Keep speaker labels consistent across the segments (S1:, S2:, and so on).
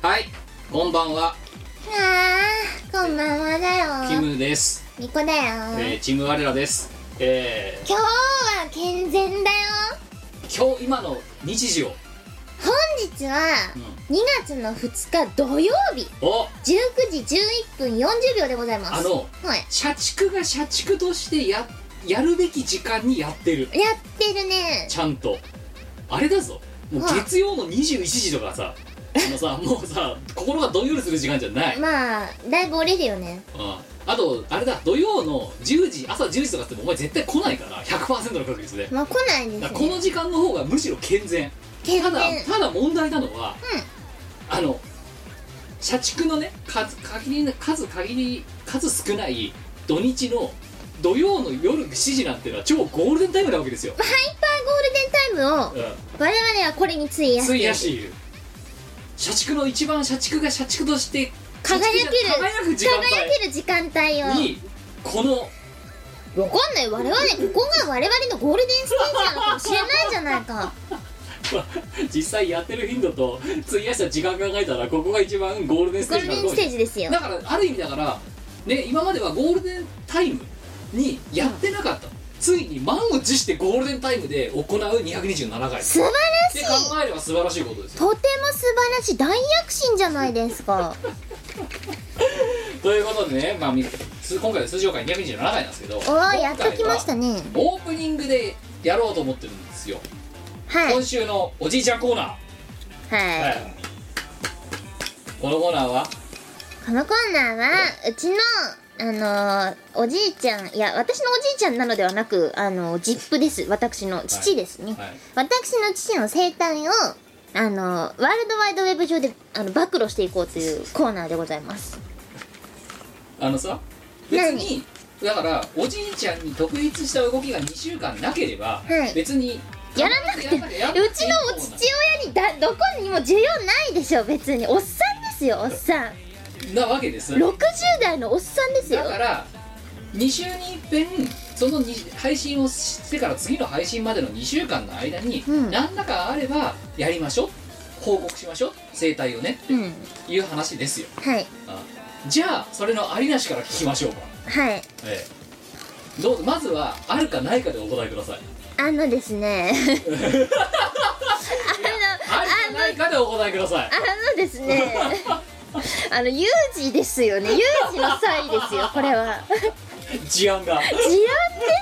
S1: はいこんばんは
S2: あーこんばんはだ
S1: キ
S2: よ
S1: ムです、
S2: ニコだよ、
S1: えーチーム我らですえ
S2: 今日は健全だよ
S1: ー、今日今の日時を
S2: 本日は2月の2日土曜日
S1: お
S2: 19時11分40秒でございます
S1: あの
S2: はい
S1: 社畜が社畜としてややるべき時間にやってる
S2: やってるね
S1: ちゃんとあれだぞもう
S2: はい
S1: 月曜の21時とかさあの さもうさ心がどんよりする時間じゃない、うん、
S2: まあだいぶ折れるよね
S1: あとあれだ土曜の10時朝10時とかってもお前絶対来ないから100%の確率で
S2: まあ来ないで
S1: だ
S2: す
S1: からこ
S2: ね
S1: の時間の方がむしろ健全
S2: 健
S1: た
S2: 全
S1: だただ問題なのは、あの社畜のね数限りな数限り数少ない土日の土曜の夜7時なんてのは超ゴールデンタイムなわけですよ、
S2: ハイパーゴールデンタイムを
S1: う
S2: 我々はこれに費や
S1: ん、
S2: して
S1: つ
S2: い
S1: いやしいる社畜の一番社畜が社畜として
S2: 輝ける
S1: 輝く時間
S2: 輝ける時間帯
S1: 帯
S2: を
S1: にこの
S2: わかんない我々ここが我々のゴールデンステージなのかもしれないじゃないか
S1: 実際やってる頻度と費やした時間考えたらここが一番ゴールデンス
S2: ゴ
S1: テー
S2: ー
S1: ジなのか
S2: ルデン
S1: も
S2: ス
S1: しれない
S2: テージですよ
S1: だからある意味だからね今まではゴールデンタイムにやってなかった、ついに満を持してゴールデンタイムで行う227回っ
S2: 素晴ら
S1: て
S2: しい
S1: 考えれば素晴らしいことですよ
S2: とても素晴らしい大躍進じゃないで すか
S1: ということでね、まあ、みす今回の通常回227回なんですけど
S2: おーやっときました
S1: ね
S2: ね
S1: オープニングでやろうと思ってるんですよ、
S2: はい
S1: 今週のおじいちゃんコーナー、
S2: は
S1: はいいこのコーナーは
S2: このコーナーはうちのあのーおじいちゃんいや私のおじいちゃんなのではなくあのジップです私の父ですね、
S1: はい
S2: 私の父の生誕をあのワールドワイドウェブ上であの暴露していこうというコーナーでございます
S1: あのさ別にだからおじいちゃんに特筆した動きが2週間なければ、
S2: はい
S1: 別に
S2: やらなくて
S1: やら
S2: う
S1: なく
S2: ち
S1: や
S2: の
S1: らなくていい
S2: お父親にだどこにも需要ないでしょ別におっさんですよおっさん
S1: なわけです
S2: 60代のおっさんですよ
S1: だから2週に一遍そのに配信をしてから次の配信までの2週間の間に、
S2: うん
S1: 何らかあればやりましょう報告しましょう生態をね
S2: うん
S1: っていう話ですよ
S2: はい
S1: あじゃあそれのありなしから聞きましょうか、
S2: はい
S1: ええ、どうまずはあるかないかでお答えください
S2: あのですね
S1: あるかないかでお答えください
S2: あのですねあの有事ですよね有事の際ですよこれは
S1: 事案が
S2: 事案で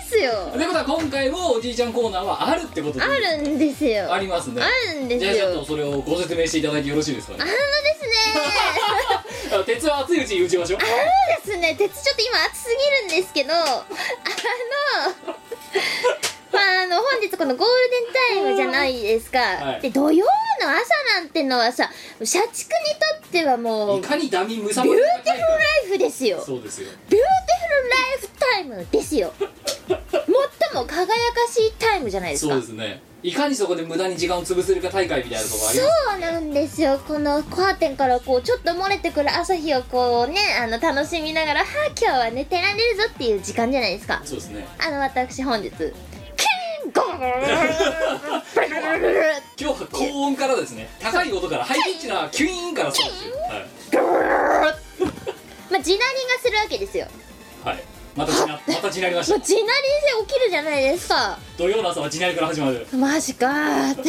S2: すよ
S1: ということは今回もおじいちゃんコーナーはあるってことで
S2: あるんですよ
S1: ありますね
S2: あるんです
S1: じゃあ
S2: よ
S1: ちょっとそれをご説明していただいてよろしいですかね
S2: あのですね
S1: あ鉄は熱いうちに打ちましょう
S2: そうですね鉄ちょっと今熱すぎるんですけどあのまああの本日このゴールデンタイムじゃないですか、
S1: はい
S2: で土曜の朝なんてのはさ社畜にとってはもう
S1: い
S2: ビュー
S1: かにダミムサ
S2: ティ
S1: マ
S2: フル
S1: リが
S2: ラ
S1: ないか
S2: イフですよ
S1: そうですよ
S2: ビューティフルライフタイムですよ最も輝かしいタイムじゃないですか
S1: そうですねいかにそこで無駄に時間を潰せるか大会みたいなとこあります
S2: そうなんですよこのカーテンからこうちょっと漏れてくる朝日をこうねあの楽しみながら「はあ今日は寝てられるぞ」っていう時間じゃないですか
S1: そうですね
S2: あの私本日キンゴーブルルルルルル
S1: 今日は高音からですね高い音からハイピッチなキュイーンからそうですよ
S2: まあ地鳴りがするわけですよ
S1: はい、はい、また地なまた地なりま し
S2: も
S1: た
S2: う地鳴りで起きるじゃないですか
S1: 土曜の朝は地なりから始まる
S2: マジかーって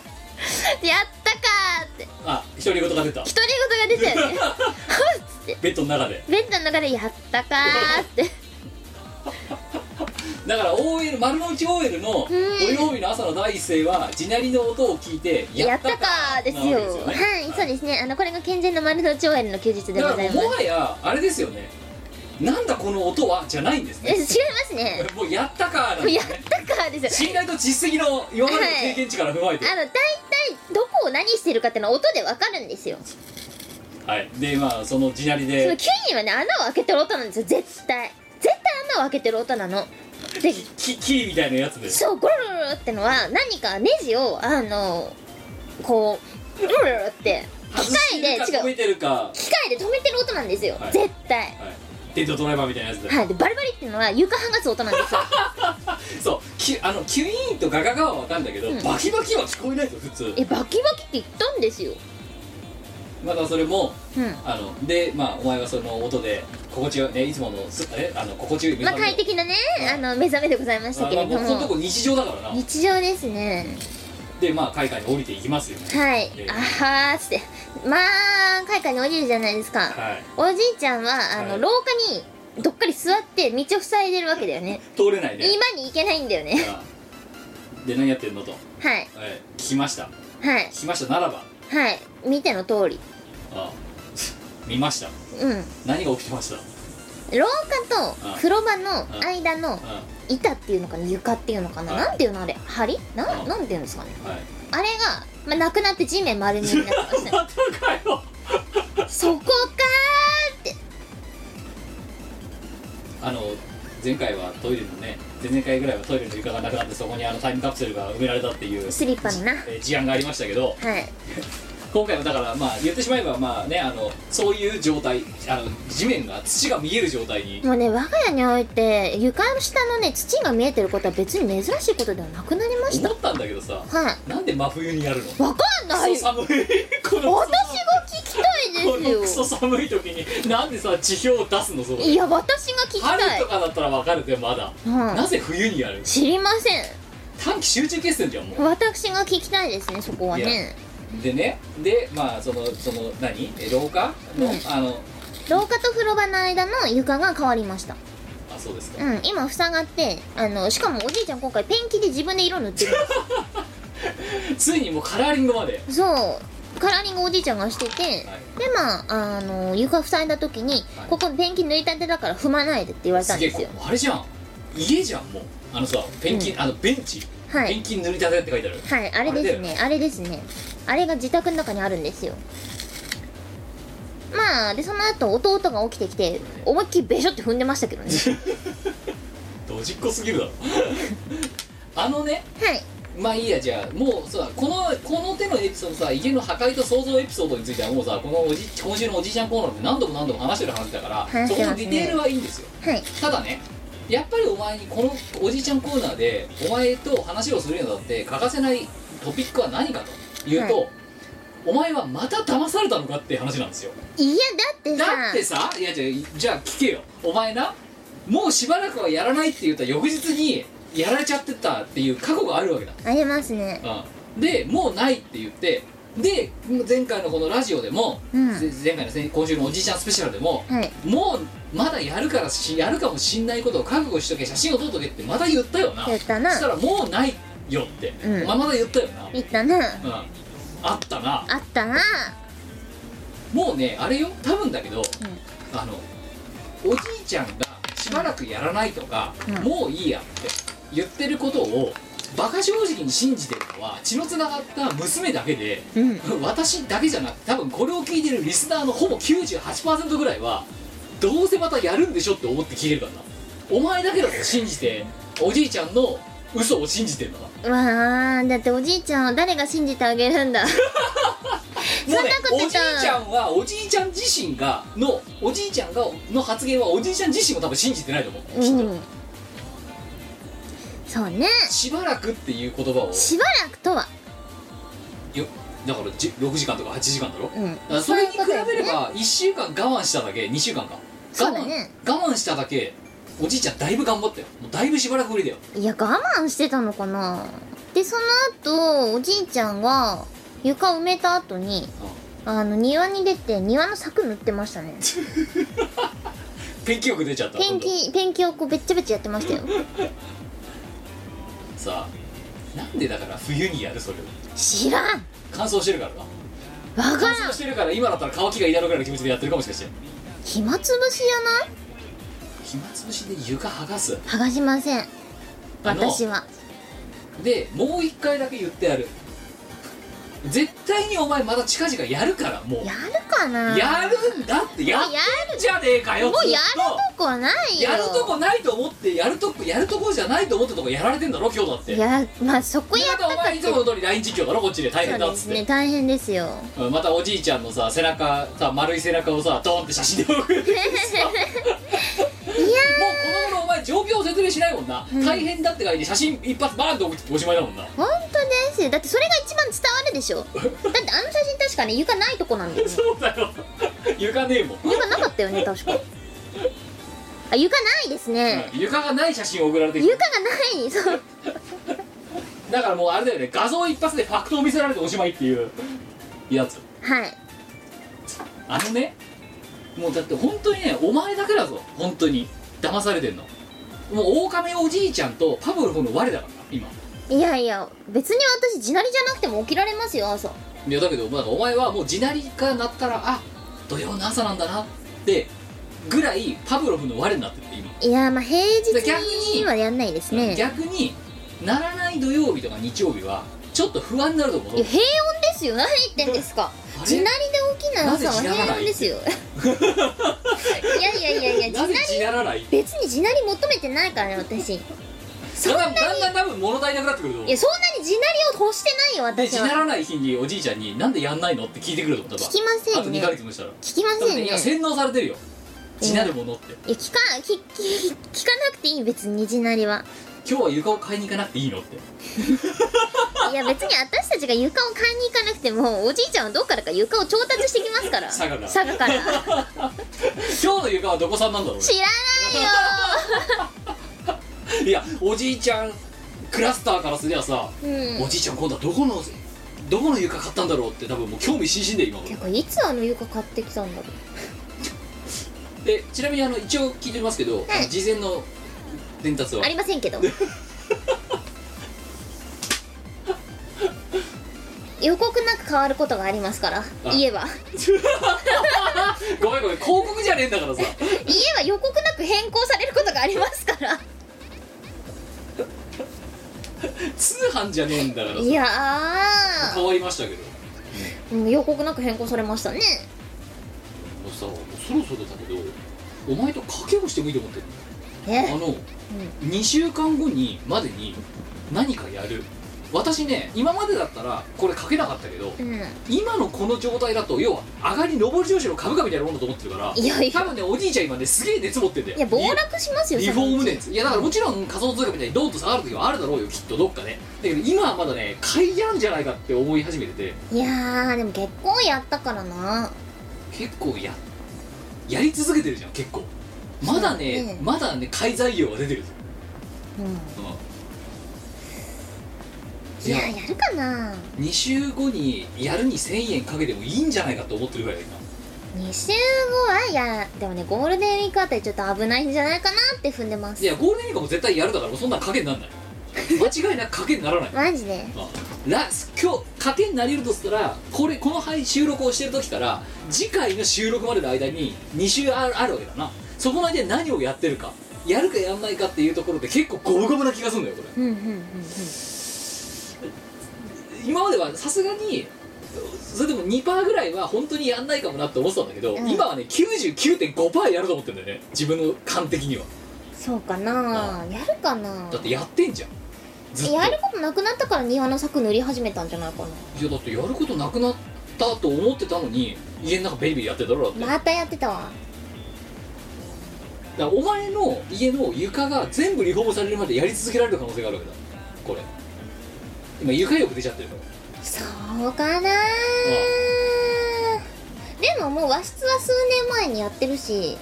S2: やったかーって
S1: あ独り言が出た
S2: 独り言が出たよねふっつって
S1: ベッドの中で
S2: ベッドの中で「やったかー」って
S1: だから OL 丸の内 OL の土曜日の朝の第一声は地鳴りの音を聞いて
S2: 「やったかー」ですよ
S1: なわけですよね
S2: はいそうですねあのこれが健全な丸の内応援の休日で
S1: だ
S2: ご
S1: か
S2: ざい
S1: ら
S2: ま
S1: も
S2: す
S1: はやあれですよねなんだこの音はじゃないんです
S2: え違い
S1: ね
S2: ますね
S1: もうやったかーなん
S2: もう
S1: で
S2: やっ
S1: すね
S2: たかーですよ
S1: 信頼と実績の今までの経験値から踏まえて
S2: あの大体どこを何してるかってのは音でわかるんですよ
S1: はいでまあその地鳴り
S2: そ
S1: で
S2: のキュインはね穴を開けてる音なんですよ絶対絶対穴を開けてる音なので
S1: キキーみたいなやつで
S2: そうゴロロロロってのは何かネジをあのこうゴロロロって
S1: 外
S2: 機械 で
S1: してるか止めてるかは
S2: 機械で止めてる音なんですよ、
S1: はい
S2: 絶対
S1: い電動ドライバーみたいなやつで
S2: はいでバリバリってのは床剥がす音な んですよ
S1: そうキュあのキュイーンとガガガはわかんだけど
S2: うん
S1: バキバキは聞こえないと普通
S2: えバキバキって言ったんですよ
S1: またそれも
S2: うん
S1: あのでまあお前はその音で心地よいねいつものすえあの心地よい目
S2: まあ
S1: 覚め
S2: 快適なねあの目覚めでございましたけれど
S1: まあまあもうこのと
S2: も
S1: こ日常だからな
S2: 日常ですね
S1: でまあ海外に降りていきますよ
S2: はい
S1: ええ
S2: あはーっつってまあ海外におじいじゃないですか
S1: はい
S2: おじいちゃんはあ
S1: は
S2: の
S1: い
S2: 廊下にどっかり座って道を塞いでるわけだよね
S1: 通れないね
S2: 今に行けないんだよね
S1: あで何やってんのと、
S2: はい
S1: えー聞きました
S2: はい
S1: 聞きましたならば
S2: はい見ての通り
S1: あ見ました
S2: うん
S1: 何が起きてました、
S2: 廊下と風呂場の間の
S1: うんは
S2: 板っていうのかな床っていうのかな
S1: はい
S2: なんていうのあれ梁な
S1: うん
S2: んなんていうんですかね
S1: い、
S2: あれが、まあ、なくなって地面丸見えになってま したね
S1: またかよ
S2: そこかーって
S1: あの前回はトイレのね前々回ぐらいはトイレの床がなくなってそこにあのタイムカプセルが埋められたっていう、
S2: スリッパのなは
S1: えー事案がありましたけど
S2: い
S1: 今回はだからまあ言ってしまえばまあねあのそういう状態あの地面が土が見える状態に
S2: もうね我が家において床下のね土が見えてることは別に珍しいことではなくなりました
S1: 思ったんだけどさ
S2: はい
S1: なんで真冬にやるのク
S2: わかんない
S1: ソ
S2: 私が
S1: 寒いこのク
S2: 聞きた
S1: ソ
S2: い
S1: この
S2: で
S1: ク
S2: す
S1: ソ
S2: よ
S1: 寒い時になんでさ地表を出すのそこで
S2: いや私が聞きたい
S1: 春と、かだったらわかるでまだ、
S2: うん
S1: な、ぜ冬にやる
S2: 知りません
S1: 短期集中決戦じゃんもう
S2: 私が聞きたいですねそこはいね
S1: でねでまあそのその何え廊下の、
S2: うん
S1: あの
S2: 廊下と風呂場の間の床が変わりました
S1: あそうですか、
S2: うん今塞がってあのしかもおじいちゃん今回ペンキで自分で色 塗ってる
S1: ついにもうカラーリングまで、
S2: そうカラーリングおじいちゃんがしてて、
S1: はい
S2: でまああの床塞いだ時に、
S1: はい
S2: ここペンキ塗りたてだから踏まないでって言われた
S1: す
S2: ん
S1: げ
S2: で
S1: え
S2: すよ
S1: こうあれじゃん家じゃんもうあのさペンキ、
S2: う
S1: あのベンチ、
S2: は
S1: ペン
S2: い
S1: キ塗りたてって書いてある
S2: はいあれですねあれですねあれが自宅の中にあるんですよまあでその後弟が起きてきて思いっきりべしょって踏んでましたけ どね
S1: ドジっ子すぎるだろあのね
S2: はい
S1: まあいいやじゃあもうさこのこの手のエピソードさ家の破壊と創造エピソードについてはもうさこのおじ今週のおじいちゃんコーナーで何度も何度も話してる話だから、
S2: 話
S1: そ
S2: し
S1: こ
S2: て
S1: の
S2: ます
S1: デ
S2: ね
S1: ィテールはいいんですよ
S2: はい
S1: ただねやっぱりお前にこのおじいちゃんコーナーでお前と話をするのだって欠かせないトピックは何かというと、
S2: は
S1: お前はまた騙されたのかって話なんですよ
S2: いやだってさ
S1: だってさいやじゃあじゃあ聞けよお前なもうしばらくはやらないって言った翌日にやられちゃってたっていう過去があるわけだ、
S2: ありますね
S1: うん、でもうないって言ってで前回のこのラジオでも、
S2: うん
S1: ぜ前回の先今週のおじいちゃんスペシャルでも、
S2: はい
S1: もうまだやるからしやるかもしんないことを覚悟しとけ写真を撮っとけってまた言ったよな
S2: 言ったな
S1: そしたらもうないよって、
S2: うん
S1: お前まだ言ったよな、うん
S2: 言ったな
S1: あったな
S2: あったな
S1: もうねあれよ多分だけど、あのおじいちゃんがしばらくやらないとか、
S2: うん
S1: もういいやって言ってることを馬鹿正直に信じてるのは血のつながった娘だけで
S2: うん
S1: 私だけじゃなくて多分これを聞いてるリスナーのほぼ98%ぐらいはどうせまたやるんでしょって思って聞いてるからなお前だけだと信じておじいちゃんの嘘を信じてんだな
S2: わあだっておじいちゃんを誰が信じてあげるんだ
S1: もうね
S2: そん
S1: お
S2: な
S1: じ
S2: こ
S1: い
S2: と
S1: ち
S2: じゃん
S1: ゃんはおじいちゃん自身がのおじいちゃんがの発言はおじいちゃん自身も多分信じてないと思う、
S2: う
S1: きっと
S2: んそうね
S1: しばらくっていう言葉を
S2: しばらくとは
S1: よだからじ6時間とか8時間だろ、
S2: うん
S1: だからそれに比
S2: そういうこと
S1: べれ
S2: ですね
S1: ば1週間我慢しただけ2週間か
S2: そう
S1: 我慢
S2: だね
S1: 我慢しただけおじいちゃんだいぶ頑張ったよもうだいぶしばらくぶりだよ
S2: いや我慢してたのかなでその後おじいちゃんが床埋めた後にあの庭に出て庭の柵塗ってましたね
S1: ペンキよく出ちゃった
S2: ペン
S1: 今
S2: キペンキをこうべっちゃべちゃやってましたよ
S1: 度さあなんでだから冬にやるそれを
S2: 知らん
S1: 乾燥してるからな
S2: わか
S1: 乾
S2: ら
S1: 燥
S2: ん
S1: してるから今だったら乾きがいいだろうぐらいの気持ちでやってるかもしかして
S2: 暇つぶしやない
S1: 暇つぶしで床剥がす
S2: 剥がしません
S1: あの
S2: 私は
S1: でもう一回だけ言ってやる絶対にお前まだ近々やるからもう
S2: やるかな
S1: やるんだってや
S2: や
S1: ってんじゃねえかよ
S2: もう
S1: ずっ
S2: やるとこない
S1: と
S2: よ
S1: やるとこないと思ってやるとこやるとこじゃないと思ったとこやられてんだろ今日だって
S2: いやまあそこ
S1: で
S2: やっ
S1: また
S2: た
S1: お
S2: か
S1: 前いつもの通り LINE 実況だろこっちで大
S2: そ
S1: 変
S2: う
S1: だっ
S2: で
S1: つ
S2: す
S1: って
S2: ね大変で すよ
S1: うんまたおじいちゃんのさ背中さ丸い背中をさドーンって写真で 送るもうこの頃お前状況を説明しないもんな、
S2: ん
S1: 大変だって書いて写真一発バーンと送っておしまいだもんな
S2: 本当ですよだってそれが一番伝わるでしょだってあの写真確かね床ないとこなんだよね
S1: そうだよ 床ねえもん
S2: 床なかったよね確かあ床ないですね
S1: 床がない写真を送られてき
S2: 床
S1: て
S2: がないそう
S1: だからもうあれだよね画像一発でファクトを見せられておしまいっていうやつ
S2: はい
S1: あのねもうだって本当にねお前だけだぞ本当に騙されてんのもう狼おじいちゃんとパブロフの我だから今
S2: いやいや別に私地鳴りじゃなくても起きられますよ朝
S1: いやだけどまあお前はもう地鳴りが鳴ったらあ土曜の朝なんだなってぐらいパブロフの我になってる今、
S2: いやまあ平
S1: で逆に
S2: 日にはやんないですねいや
S1: 逆にならない土曜日とか日曜日はちょっと不安になると思う
S2: 平穏ですよ何言ってんですか
S1: あ
S2: 地鳴り
S1: れ
S2: で起きない朝
S1: なぜ
S2: は
S1: 地鳴らな
S2: 平
S1: い
S2: 穏です よいやいやいやいや
S1: な
S2: 地
S1: ぜ
S2: 鳴り
S1: 地鳴らない
S2: 別に地鳴り求めてないからね私い
S1: だんだんだんだん多分物足りなくなってくると思う
S2: やそんなに地鳴りを欲してないよ
S1: で
S2: 私
S1: 地鳴
S2: は
S1: らない日におじいちゃんになんでやんないのって聞いてくると思った
S2: 聞きませ
S1: あと
S2: ん
S1: 2
S2: ね
S1: ヶ月もしたら
S2: 聞きま
S1: だっ
S2: せ
S1: て
S2: んね
S1: 今洗脳されてるよ地なるものって
S2: いや聞か聞聞聞かなくていい別に地鳴 りは
S1: 今日は床を買いに行かなくていいのって
S2: いや別に私たちが床を買いに行かなくてもおじいちゃんはどっからか床を調達してきますから
S1: 佐賀から
S2: から
S1: 今日の床はどこさんなんだろうね
S2: 知ら
S1: いやおじいちゃんクラスターからすりゃさ、
S2: ないよ、う
S1: お
S2: ん、
S1: じいちゃん今度はどこのどこの床買ったんだろうって多分もう興味津々で今
S2: て
S1: 頃
S2: かいつあの床買ってきたんだろ
S1: でちなみにあの一応聞いてますけど、あの事前の伝達
S2: う
S1: は
S2: ありませんけど予告なく変わることがありますから
S1: あ
S2: 言えば
S1: ごめんごめん広告じゃねえんだからさ
S2: 言えば予告なく変更されることがありますから
S1: 通販じゃねえんだからさ
S2: いや
S1: 変わりましたけども
S2: ーうん予告なく変更されましたね
S1: うさもうそろそろだけどお前と賭けをしてもいいと思ってる
S2: え
S1: あの、2週間後にまでに何かやる私ね今までだったらこれ書けなかったけど
S2: うん
S1: 今のこの状態だと要は上がり上り上昇の株価みたいなもんだと思ってるから
S2: いやいや
S1: 多分ねおじいちゃん今ねすげえ熱持ってんだよ
S2: いや暴落します
S1: リ
S2: よ
S1: リフォーム
S2: そのうち
S1: 熱いやだからもちろん仮想通貨みたいにドーンと下がる時はあるだろうよきっとどっかねだけど今はまだね買いやんじゃないかって思い始めてて
S2: いやーでも結構やったからな
S1: 結構ややり続けてるじゃん結構まだね、
S2: そうね
S1: まだね買い材料が出てるぞ、
S2: うん
S1: うん、
S2: いややるかな
S1: 2週後にやるに1000円かけてもいいんじゃないかと思ってるぐらいだ今
S2: 2週後はいやでもねゴールデンウィークあたりちょっと危ないんじゃないかなって踏んでます
S1: いやゴールデンウィークも絶対やるだからもうそんなん賭けにな らない間違いなく賭けにならない
S2: マジで
S1: あラス今日賭けになれるとしたらこれこの配収録をしてる時から次回の収録までの間に2週あるあるわけだなそこの間に何をやってるかやるかやんないかっていうところで結構五分五分な気がするんだよこれ
S2: うんうんうんうん
S1: 今まではさすがにそれでも2%ぐらいは本当にやんないかもなって思ってたんだけど、
S2: うん
S1: 今はね99.5%やると思ってるんだよね自分の感的には
S2: そうかなやるかな
S1: だってやってんじゃんずっと
S2: やることなくなったから庭の柵塗り始めたんじゃないか
S1: いやだってやることなくなったと思ってたのに家の中ベイビーやってたろだって、
S2: なまたやってたわ
S1: だからお前の家の床が全部リフォームされるまでやり続けられる可能性があるわけだこれ今床よく出ちゃってるから
S2: そうかなでももう和室は数年前にやってるし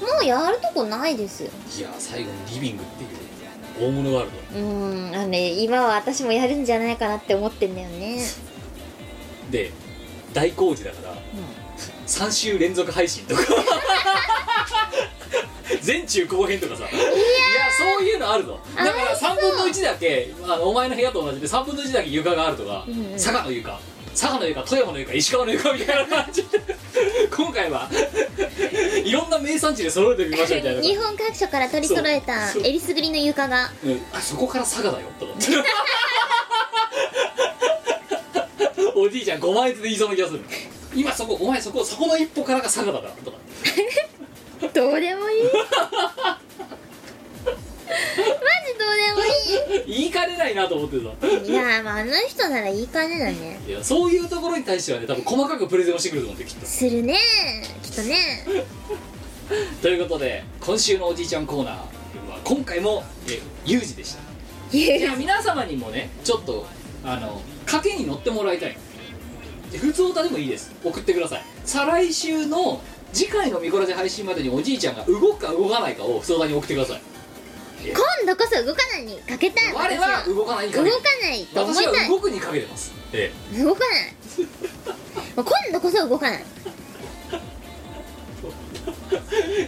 S2: もうやるとこないですよ
S1: いや最後にリビングっていう大物があると
S2: うーんあのね今は私もやるんじゃないかなって思ってんだよね
S1: で大工事だから、3週連続配信とか前中後編とかさいやそういうのあるぞだから3分の1だけあのお前の部屋と同じで3分の1だけ床があるとか、
S2: うんうん
S1: 佐賀の床佐賀の床富山の床石川の床みたいな感じで今回はいろんな名産地で揃えてみましょうみたいな
S2: 日本各所から取り揃えた
S1: そうそう
S2: えりすぐりの床が
S1: うんあそこから佐賀だよと思っておじいちゃん5万円で言いそうな気がする今そこお前そこそこの一歩からが佐賀だからとか
S2: どうでもいいマジどうで
S1: 言いかねないなと思ってさ
S2: もいいいやーまああの人ならいい感じだね
S1: いやそういうところに対してはね多分細かくプレゼンをしてくると思うんできっと
S2: するねきっとね
S1: ということで今週のおじいちゃんコーナーは今回もえ有事でした
S2: いや
S1: いや皆様にもねちょっとあの賭けに乗ってもらいたい普通歌でもいいです送ってください再来週の次回のミコラジ配信までにおじいちゃんが動くか動かないかを普通歌に送ってください
S3: 今度こそ動かないにかけたい
S1: 我
S3: 私
S1: は
S3: は動
S1: 動かないに
S3: か
S1: かけ
S3: ないと思い
S1: 私
S3: た
S1: はい動くにかけてますええ
S3: 動かないもう今度こそ動かない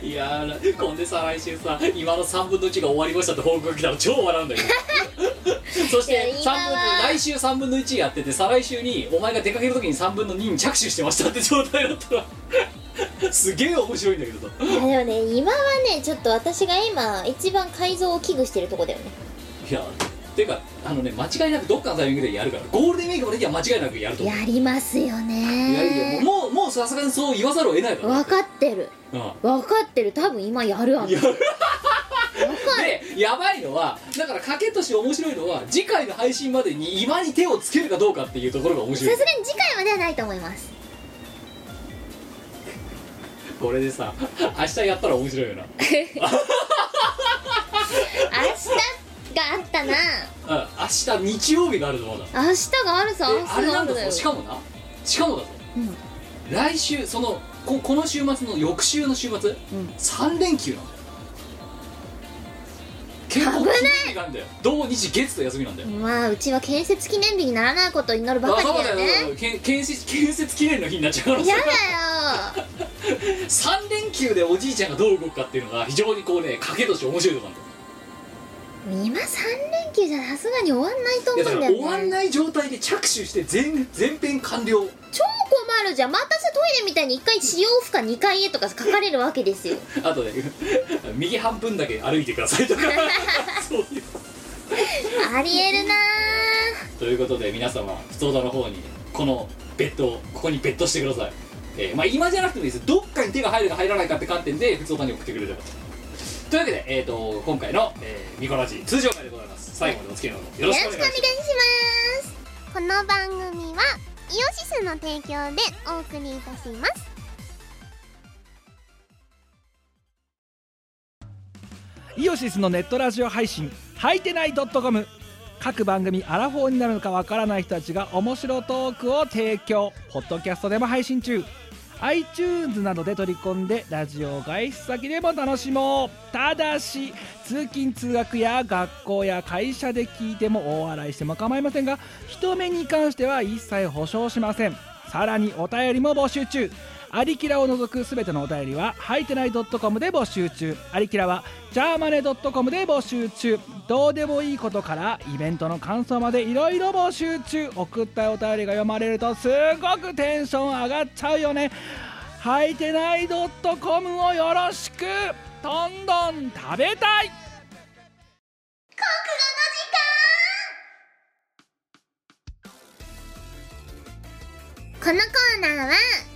S1: いやーこんで再来週さ今の3分の1が終わりましたって報告が来たら超笑うんだけ どそし
S3: いや
S1: て
S3: 今
S1: 三分の
S3: は
S1: 来週3分の1やってて再来週にお前が出かける時に3分の2に着手してましたって状態だったらすげえ面白いんだけど
S3: いやでもね今はねちょっと私が今一番改造を危惧してるとこだよね
S1: いやていうかあのね間違いなくどっかのタイミングでやるからゴールデンウィークまでには間違いなくやると思う
S3: やりますよ
S1: いやいや
S3: ね
S1: もうもうさすがにそう言わざるを得ないから
S3: 分かってる
S1: うん
S3: 分かってる多分今やるわ
S1: いや
S3: 分かる
S1: でやばいのはだから賭けとして面白いのは次回の配信までに今に手をつけるかどうかっていうところが面
S3: さす
S1: 白
S3: が
S1: い
S3: に次回まではないと思います
S1: これでさ明日やったら面白いよ
S3: 明日があったな
S1: な、うん、明日日曜日があると思うだ
S3: 明日があるさ
S1: で
S3: 明
S1: あ
S3: 日
S1: れ
S3: が
S1: な
S3: あ
S1: んだ
S3: るだ
S1: ぞ
S3: よ
S1: しかもなしかもだぞ
S3: うん
S1: 来週そのここの週末の翌週の週末、
S3: うん
S1: 三3連休なんだよ結構
S3: 危ない
S1: いなんだよ土日月と休みなんだよ、
S3: まあうちは建設記念日にならないことを祈るば
S1: あ
S3: かり
S1: そう
S3: だ
S1: だ
S3: よ
S1: よ、
S3: ね
S1: ね、けん建設建設記念の日になっちゃうからさ
S3: やだよ
S1: 3連休でおじいちゃんがどう動くかっていうのが非常にこうね賭けとして面白いとこなんだよ
S3: 今3連休じゃさすがに終わんないと
S1: い
S3: 思
S1: やだから
S3: うんだよ
S1: 終わん
S3: ね
S1: ない状態で着手して全全編完了
S3: 超困るじゃんまたさトイレみたいに1回使用負荷2回へとかさ書かれるわけです よ
S1: あとね右半分だけ歩いてくださいと かそういう
S3: ありえるな
S1: ということで皆様普通だの方にこのベッドをここにベッドしてください、えーまあ今じゃなくてもいいですどっかに手が入るか入らないかって観点で普通だに送ってくれればというわけで、えー、と今回の、えーミコラジ通常回でございます最後までお付き合いのほどよ
S3: よ
S1: ろ
S3: ろ
S1: しくお
S3: しくお
S1: 願い
S3: 願い
S1: し
S3: し
S1: ます
S3: ます
S2: この番組はイオシスの提供でお送りいたします
S4: イオシスのネットラジオ配信「はいてない .com」各番組アラフォーになるのかわからない人たちが面白トークを提供ポッドキャストでも配信中 iTunes などで取り込んでラジオを外出先でも楽しもうただし通勤通学や学校や会社で聞いても大笑いしても構いませんが人目に関しては一切保証しませんさらにお便りも募集中アリキラを除くすべてのお便りは、はいてない .com で募集中。アリキラは、ジャーマネ .com で募集中。どうでもいいことから、イベントの感想までいろいろ募集中。送ったお便りが読まれると、すごくテンション上がっちゃうよね。はいてない .com をよろしくどんどん食べたい
S2: このコーナーは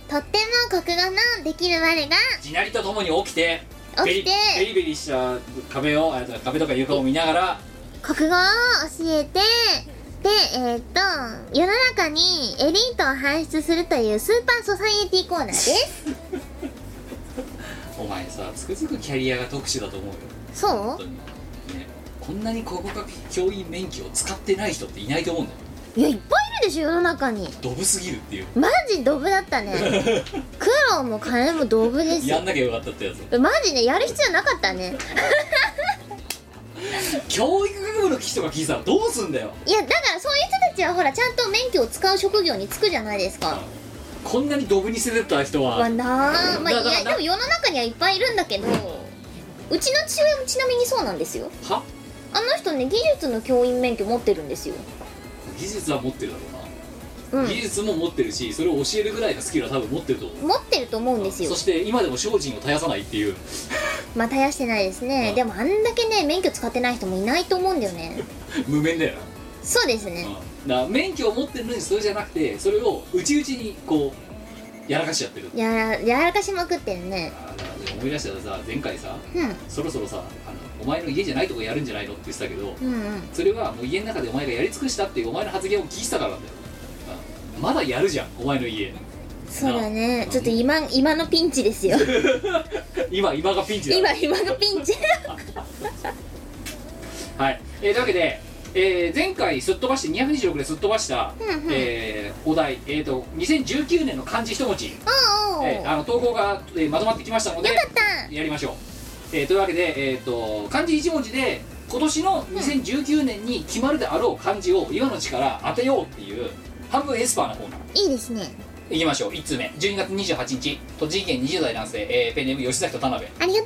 S2: とっても国語のできる我が
S1: 地鳴りとともに起きて
S2: 起
S1: ベリ
S2: きて
S1: ベリベリした壁をあ壁とか床を見ながら
S2: 国語を教えてでえーっと世の中にエリートを輩出するというスーパーソサイエティコーナーです
S1: お前さつくづくキャリアが特殊だと思うよ
S2: そ
S1: 本当にねこんなに国家教員免許を使ってない人っていないと思うんだよ
S2: ういやいっぱいいるでしょ世の中に
S1: ドブすぎるっていう
S2: マジドブだったね 苦労も金もドブです
S1: やんなきゃよかったってやつ
S2: マジねやる必要なかったね
S1: 教育学部の人が聞いたらどうすんだよ
S2: いやだからそういう人たちはほらちゃんと免許を使う職業に就くじゃないですか
S1: こんなにドブに捨ててった人
S2: は
S1: は
S2: なあまあい
S1: だから
S2: やでも世の中にはいっぱいいるんだけどうちの父親もちなみにそうなんですよ
S1: は
S2: あの人ね技術の教員免許持ってるんですよ
S1: 技術は持ってるだろうな、
S2: うん
S1: 技術も持ってるしそれを教えるぐらいのスキルは多分持ってると思う
S2: 持ってると思うんですよ
S1: そして今でも精進を絶やさないっていう
S2: まあ絶やしてないですね
S1: うん
S2: でもあんだけね免許使ってない人もいないと思うんだよね
S1: 無面だよな
S2: そうですね
S1: うんだから免許を持ってるのにそれじゃなくてそれを内々にこうやらかしちゃってる
S2: やらやらかしまくってるね
S1: あー思い出したらさ前回さ
S2: うん
S1: そろそろさあのお前の家じゃないとこやるんじゃないのって言ってたけど
S2: うんうん
S1: それはもう家の中でお前がやり尽くしたっていうお前の発言を聞いてたからなんだよあまだやるじゃんお前の家
S2: そうだね
S1: うん
S2: ちょっと今今のピンチで すよ
S1: 今今がピンチだ
S2: 今今のピンチ
S1: はい、えーというわけでえー前回すっ飛ばして226ですっ飛ばした、
S2: うんうん
S1: えーお題、えー、と2019年の漢字一文字、
S2: おうおう
S1: えーあの投稿が、えーまとまってきましたので
S2: よかった
S1: やりましょう、えーというわけで、えー、と漢字一文字で今年の2019年に決まるであろう漢字を今のうちから当てようっていう半分エスパーなコーナー
S2: いいですね
S1: いきましょう1通目12月28日栃木県20代男性、えーペンネーム吉崎と田辺
S2: ありがとうだ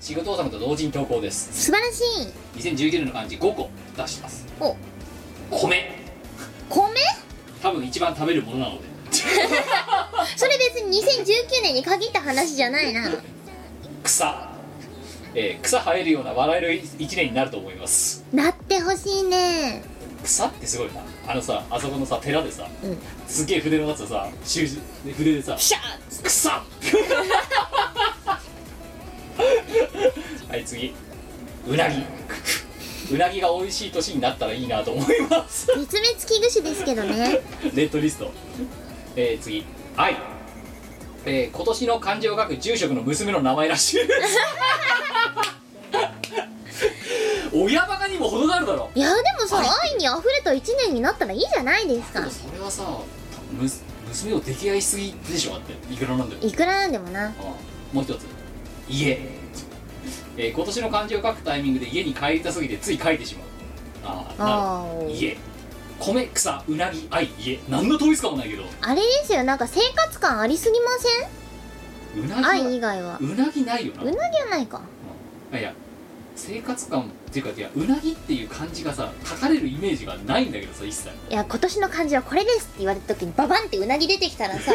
S1: 仕事納めと同時に投稿です
S2: 素晴らしい
S1: 2019年の漢字5個出します
S2: お
S1: 米
S2: 米
S1: 多分一番食べるものなので
S2: それ別に2019年に限った話じゃないな
S1: 草、えー草生えるような笑える一年になると思います
S2: なってほしいね
S1: 草ってすごいなあのさあそこのさ寺でさ、
S2: うん
S1: すっげえ筆のやつさ習字で筆でさ
S2: シャー
S1: 草 はい次うなぎうなぎが美味しい年になったらいいなと思います
S2: 絶滅危惧種ですけどね
S1: レッドリスト、えー、次愛、えー、今年の漢字を書く住職の娘の名前らしいです 親バカにも程があるだろ
S2: いやでもさ
S1: はい
S2: 愛に溢れた1年になったらいいじゃないです
S1: で
S2: か
S1: もそれはさむ娘を溺愛しすぎでしょだっていくらなんだよ
S2: いくらなんでも
S1: あ
S2: な
S1: あもう一つ家、えー、今年の漢字を書くタイミングで家に帰りたすぎてつい書いてしまうああな
S2: あ
S1: る
S2: ー
S1: 家米草うなぎ愛家何の統一感もないけど
S2: あれですよなんか生活感ありすぎま
S1: うなぎ
S2: せん
S1: は
S2: 愛以外は
S1: うなぎないよな
S2: うなぎはないか
S1: あいや生活感っていうかいやうなぎっていう漢字がさ書かれるイメージがないんだけどさ一切
S2: いや今年の漢字はこれですって言われた時にババンってうなぎ出てきた らさ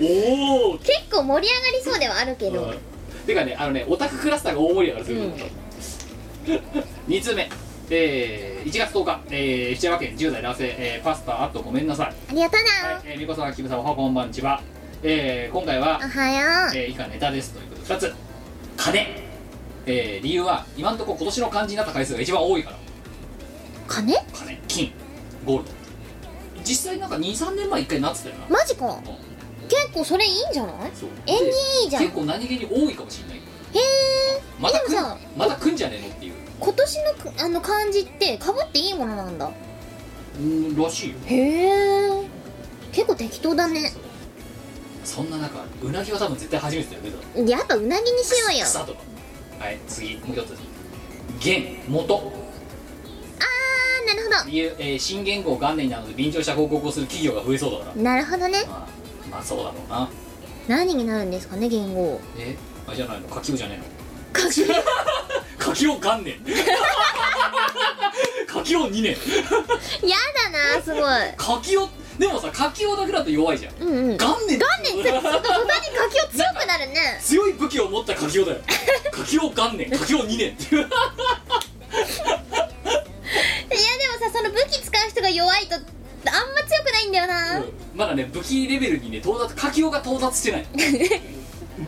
S1: おお
S2: 結構盛り上がりそうではあるけど
S1: てかねあのねオタククラスターが大盛り上がるする
S2: うん
S1: 2通目えー、1月10日、えー、七山県10代男性、えーパスタあっとごめんなさい、
S2: ありがとう
S1: はいえー、みこさんキムさんおはこんばんちは、えー今回は
S2: なおはよ
S1: えー以下ネタですということで2つ金、えー理由は今んとこ今年の漢字になった回数が一番多いから
S2: う金
S1: 金金ゴールド実際なんか23年前一回なってたよな、
S2: マジか
S1: うん
S2: 結構それいいんじゃない
S1: そう
S2: 縁起いいじゃんへ
S1: 結構何気に多いかもしれない
S2: え
S1: また
S2: え
S1: 来
S2: で
S1: ん
S2: もさ
S1: また来んじゃねえのっていう
S2: 今年のくあの漢字ってかぶっていいものなんだ
S1: うんらしいよ
S2: へえ結構適当だね
S1: そうそんな中うなぎは多分絶対初めてだよねだ
S2: でやっぱうなぎにしようよ
S1: 草とかはい次もう一つ元元
S2: あーなるほ
S1: 理由、えー新元号元年なので便乗した報告をする企業が増えそうだから
S2: どなるほどね
S1: まあ、まあそうだろうな
S2: 何になるんですかね 言語
S1: えあれじゃないの柿をじゃねえの柿を元年 柿を2年
S2: やだなすごい
S1: 柿をでもさ柿をだけだと弱いじゃん
S2: うんうん
S1: 元年元年
S2: 途端に柿を強くなるね
S1: 強い武器を持った柿をだよ柿を元年柿を2年っていう
S2: いやでもさその武器使う人が弱いとあんま強くないんだよな、
S1: まだね武器レベルにね到達柿をが到達して ない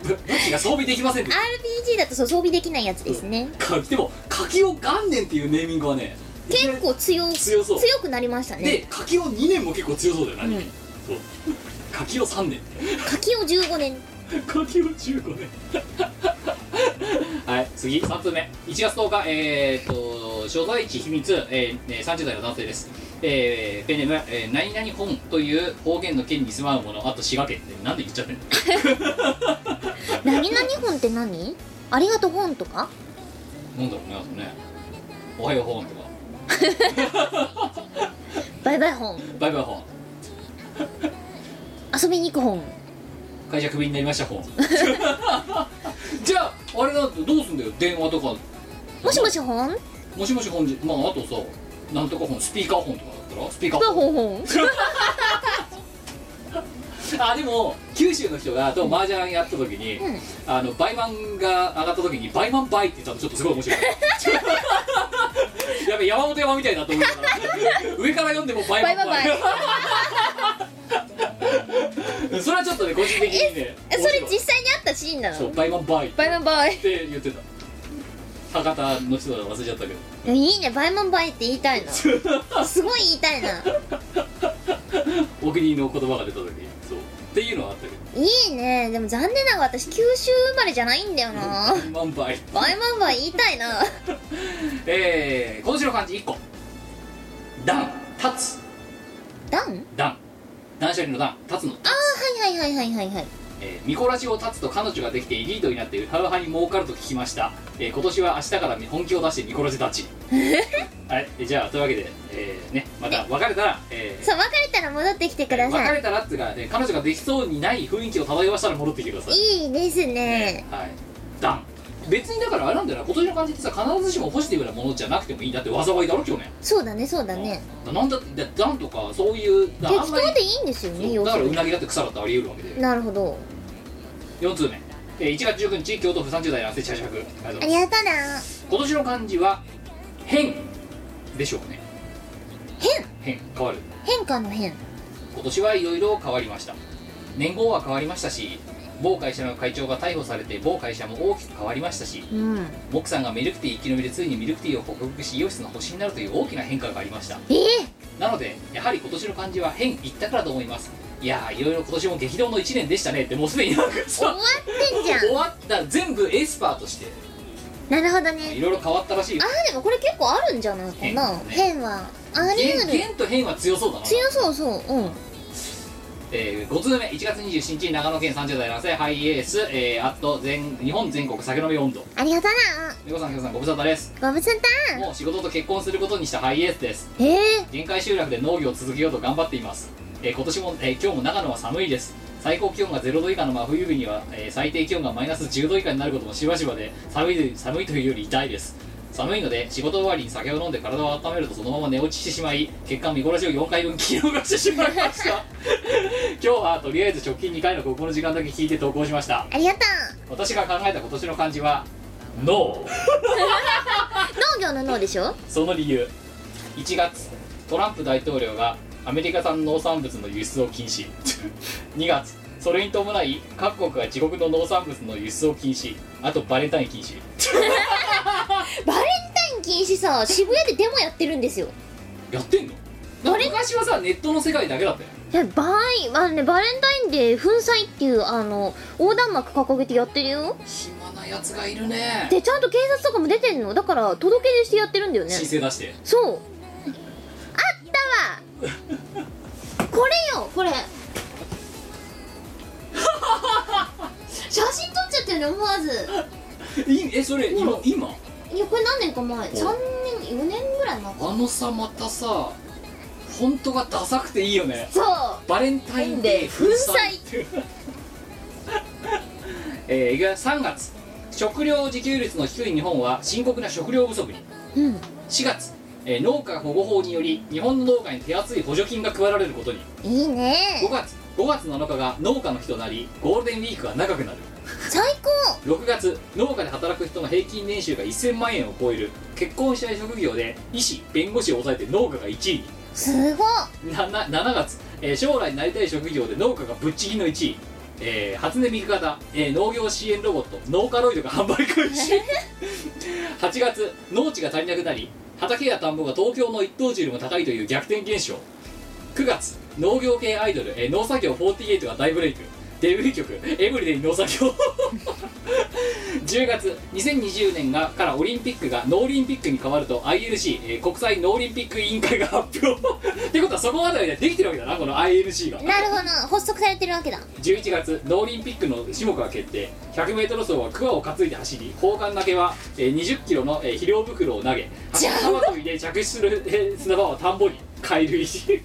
S1: ぶ武器が装備できませんって
S2: RPG だとそう装備できないやつですね
S1: かでも柿を元年っていうネーミングはね
S2: 結構強
S1: 強そう
S2: くなりましたね
S1: で柿を2年も結構強そうだよな、
S2: うん
S1: そう柿を3年
S2: 柿を15年
S1: 柿を15年はい次3つ目1月10日えー、と所在地秘密、えーえー30代の男性ですえー、ペンネーム、えー、何々本という方言の県に住まうものあと滋賀県ってなんで言っちゃってんの
S2: 何々本って何ありがとう本とか
S1: なんだろうねあとねおはよう本とか
S2: バイバイ本
S1: バイバイ本
S2: 遊びに行く本
S1: 会社クビになりました本じゃああれだとどうすんだよ電話とか
S2: もしもし本バイ
S1: もしもし本じまああとさなんとか本スピーカー本とかだったらスピーカー
S2: バイ
S1: 本
S2: 本本
S1: あでも九州の人がと麻雀やった時に、
S2: ん
S1: あの倍満が上がった時に倍満倍って言ったのちょっとすごい面 白いやべ山本山みたいだと思った から上から読んでも倍満倍
S2: 倍満
S1: それはちょっとね個人的にね
S2: えそれ
S1: 面白い
S2: 実際にあったシーンな
S1: そう
S2: の
S1: 倍満倍っ
S2: バイマンバイ
S1: て言ってた博多の人だから忘れちゃったけど
S2: いやいいねバイマンバイって言いたいな すごい言いたいな
S1: お気に入りの言葉が出た時にそうっていうのはあったけど
S2: いいねでも残念ながら私九州生まれじゃないんだよな
S1: 万倍
S2: バイマンバイ言いたいな
S1: えー、今週の漢字1個段立つ
S2: ダン
S1: 段断捨離の段立つの立つ
S2: はいはいはいはいはいはい
S1: えーミコラジを立つと彼女ができてエリートになってウハウハに儲かると聞きました、えー今年は明日から本気を出してミコラジ立ちはいえーじゃあというわけで、えーねまた別れたら、えー
S2: そう別れたら戻ってきてくだ
S1: 別
S2: さい
S1: れたらっていうか、ね、彼女ができそうにない雰囲気を漂わしたら戻ってきてください
S2: いいですね
S1: はいダン別にだからあれなんだよな今年の感じってさ必ずしもポジティブなものじゃなくてもいいんだって災いだろ去年
S2: そうだねそうだね
S1: なんだってダンとかそういうだからあ
S2: 適
S1: んまり
S2: 当でいいんですよね
S1: そう
S2: 要
S1: だか
S2: す
S1: ら
S2: る
S1: う
S2: に
S1: なぎだって草だってあり得るわけで
S2: なるほど
S1: 4通目、えー1月19日京都府30代男性社食ありがとうございます
S2: ありがとうな
S1: 今年の漢字は「変」でしょうね変変変わる
S2: 変化の変
S1: 今年はいろいろ変わりました年号は変わりましたし某会社の会長が逮捕されて某会社も大きく変わりましたし
S2: うん
S1: モクさんがミルクティー生き延びでついにミルクティーを克服しイオシスの星になるという大きな変化がありました
S2: えー、
S1: なのでやはり今年の漢字は変一択だと思いますいやーいろいろ今年も激動の1年でしたねってもうすでになんか
S2: 終わ
S1: さ
S2: ってんじゃ
S1: 終わった全部エスパーとして
S2: んなるほどね
S1: いろいろ変わったらしい
S2: あーでもこれ結構あるんじゃないかな変はあり
S1: 変
S2: 得る
S1: 変と変は強そうだな
S2: 強そうそううん
S1: えー、5通目1月27日長野県30代男性ハイエース、えー、あと全日本全国酒飲み温度
S2: ありがとう
S1: 猫さん京さんご無沙汰です
S2: なご無沙汰
S1: もう仕事と結婚することにしたハイエースです
S2: え
S1: 限界集落で農業を続けようと頑張っています、えー今年も、えー今日も長野は寒いです最高気温が0度以下の真冬日には、えー最低気温がマイナス10度以下になることもしばしばで寒い寒いというより痛いです寒いので仕事終わりに酒を飲んで体を温めるとそのまま寝落ちしてしまい結果見殺しを4回分切り逃してしまいました 今日はとりあえず直近2回のここの時間だけ聞いて投稿しました
S2: ありがと
S1: 私が考えた今年の漢字は「NO」
S2: う農業の農でしょ
S1: その理由1月トランプ大統領がアメリカ産農産物の輸出を禁止 2月それに伴い各国が自国の農産物の輸出を禁止あとバレンタイン禁止
S2: バレンタイン禁止さ渋谷でデモやってるんですよ
S1: やってんの
S2: バレ
S1: 昔はさネットの世界だけだったよ
S2: いやバイあのねバレンタインデー粉砕っていうあの横断幕掲げてやってるよ
S1: 暇なやつがいるね
S2: でちゃんと警察とかも出てんのだから届け出してやってるんだよね
S1: 申請出して
S2: そうあったわこれよこ れ写真撮っちゃったよね思わず
S1: いえそれ今今
S2: いやこれ何年か前3年4年ぐらい前
S1: あのさまたさフォントがダサくていいよね
S2: そう
S1: バレンタインデー粉砕 えー、いくよ3月食料自給率の低い日本は深刻な食料不足に
S2: うん
S1: 4月、えー農家保護法により日本の農家に手厚い補助金が配られることに
S2: いいね
S1: 5月5月7日が農家の日となりゴールデンウィークが長くなる
S2: 最高
S1: 6月農家で働く人の平均年収が1000万円を超える結婚したい職業で医師弁護士を抑えて農家が1位に
S2: すごい
S1: 7, 7月、えー将来なりたい職業で農家がぶっちぎの1位、えー初音ミク型、えー農業支援ロボット農家ロイドが販売開始8月農地が足りなくなり畑や田んぼが東京の一等地よりも高いという逆転現象9月農業系アイドル、えー農作業48が大ブレイクデビュー曲「エブリデイ農作業」10月2020年がからオリンピックが農オリンピックに変わると ILC、えー国際農オリンピック委員会が発表ってことはそこまではできてるわけだなこの ILC が
S2: なるほど発足されてるわけだ
S1: 11月農オリンピックの種目が決定 100m 走はクワを担いで走り砲丸投げは2 0キロのえー肥料袋を投げ
S2: じゃん
S1: 玉といで着手するえー砂場は田んぼに 帰る石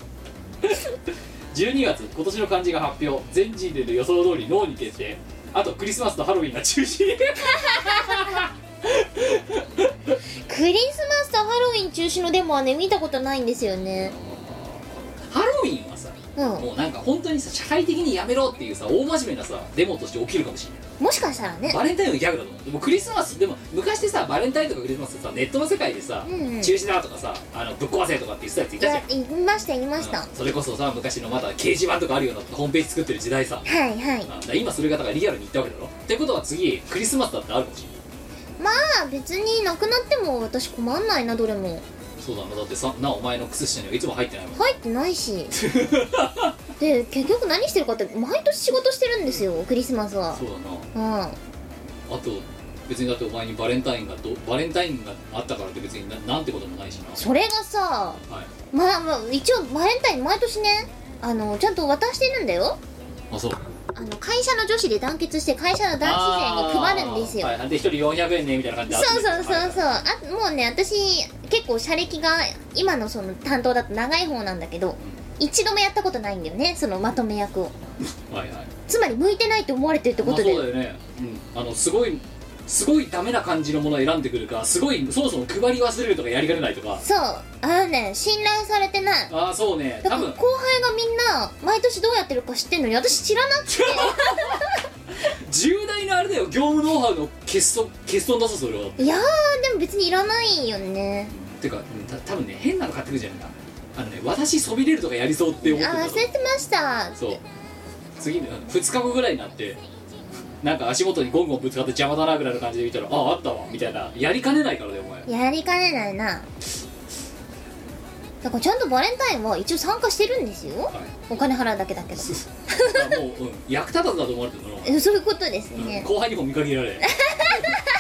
S1: 12月今年の漢字が発表全人類の予想通り脳に決定あとクリスマスとハロウィンが中止
S2: クリスマスとハロウィン中止のデモはね見たことないんですよね
S1: ハロウィンはさ
S2: うん
S1: もうなんか本当にさ社会的にやめろっていうさ大真面目なさデモとして起きるかもしれない
S2: もしかしたら ね
S1: バレンタインのギャグだと思うでもクリスマスでも昔ってさバレンタインとかクリスマスってさネットの世界でさ、
S2: うんうん
S1: 中止だとかさあのぶっ壊せとかって言ってたやつい
S2: い
S1: たじゃ
S2: や
S1: ん
S2: 言いました言いました、
S1: うんそれこそさ昔のまだ掲示板とかあるようなホームページ作ってる時代さ、
S2: はいはい
S1: うんだから今それがだからリアルに行ったわけだろってことは次クリスマスだってあるかもしれない
S2: まあ別になくなっても私困んないなどれも
S1: そうだなだってさなお前の靴下にはいつも入ってないもん
S2: 入ってないしで結局何してるかって毎年仕事してるんですよクリスマスは
S1: そうだな
S2: うん
S1: あと別にだってお前にバレンタインがどバレンタインがあったからって別にななんてこともないしな
S2: それがさ
S1: はい
S2: まあまあ一応バレンタイン毎年ねあのちゃんと渡してるんだよ
S1: あそう
S2: あの会社の女子で団結して会社の男子勢に配るんですよ、
S1: あーはい、で一人400円ねみたいな感じで集
S2: そう
S1: めて
S2: そうそうそうあもうね私結構社歴が今のその担当だと長い方なんだけど一度もやったことないんだよねそのまとめ役を
S1: はいはいはいはい
S2: つまり向いてないと思われてるってことで、
S1: まあそうだよね、うん、あのすごいすごいダメな感じのものを選んでくるかすごいそもそも配り忘れるとかやりかねないとか
S2: そうあのね信頼されてない
S1: ああそうね多
S2: だから
S1: 分
S2: 後輩がみんな毎年どうやってるか知ってんのに私知らなくて
S1: 重大なあれだよ業務ノウハウの欠損欠損だぞそれはい
S2: やーでも別にいらないよね
S1: てかうんた多分ね変なの買ってくるんじゃないかなあのね私そびれるとかやりそうって思って
S2: あ
S1: るんだ
S2: 忘れてました
S1: そう次の2日後ぐらいになってなんか足元にゴンゴンぶつかって邪魔だなぐらいの感じで見たらあああったわみたいなやりかねない からだよお前
S2: やりかねないなだからちゃんとバレンタインは一応参加してるんですよ
S1: はい
S2: お金払うだけだけど
S1: あもう、うん、役立たずだと思われてるの、
S2: えそういうことです
S1: うん、
S2: ね、
S1: 後輩にも見限ら れ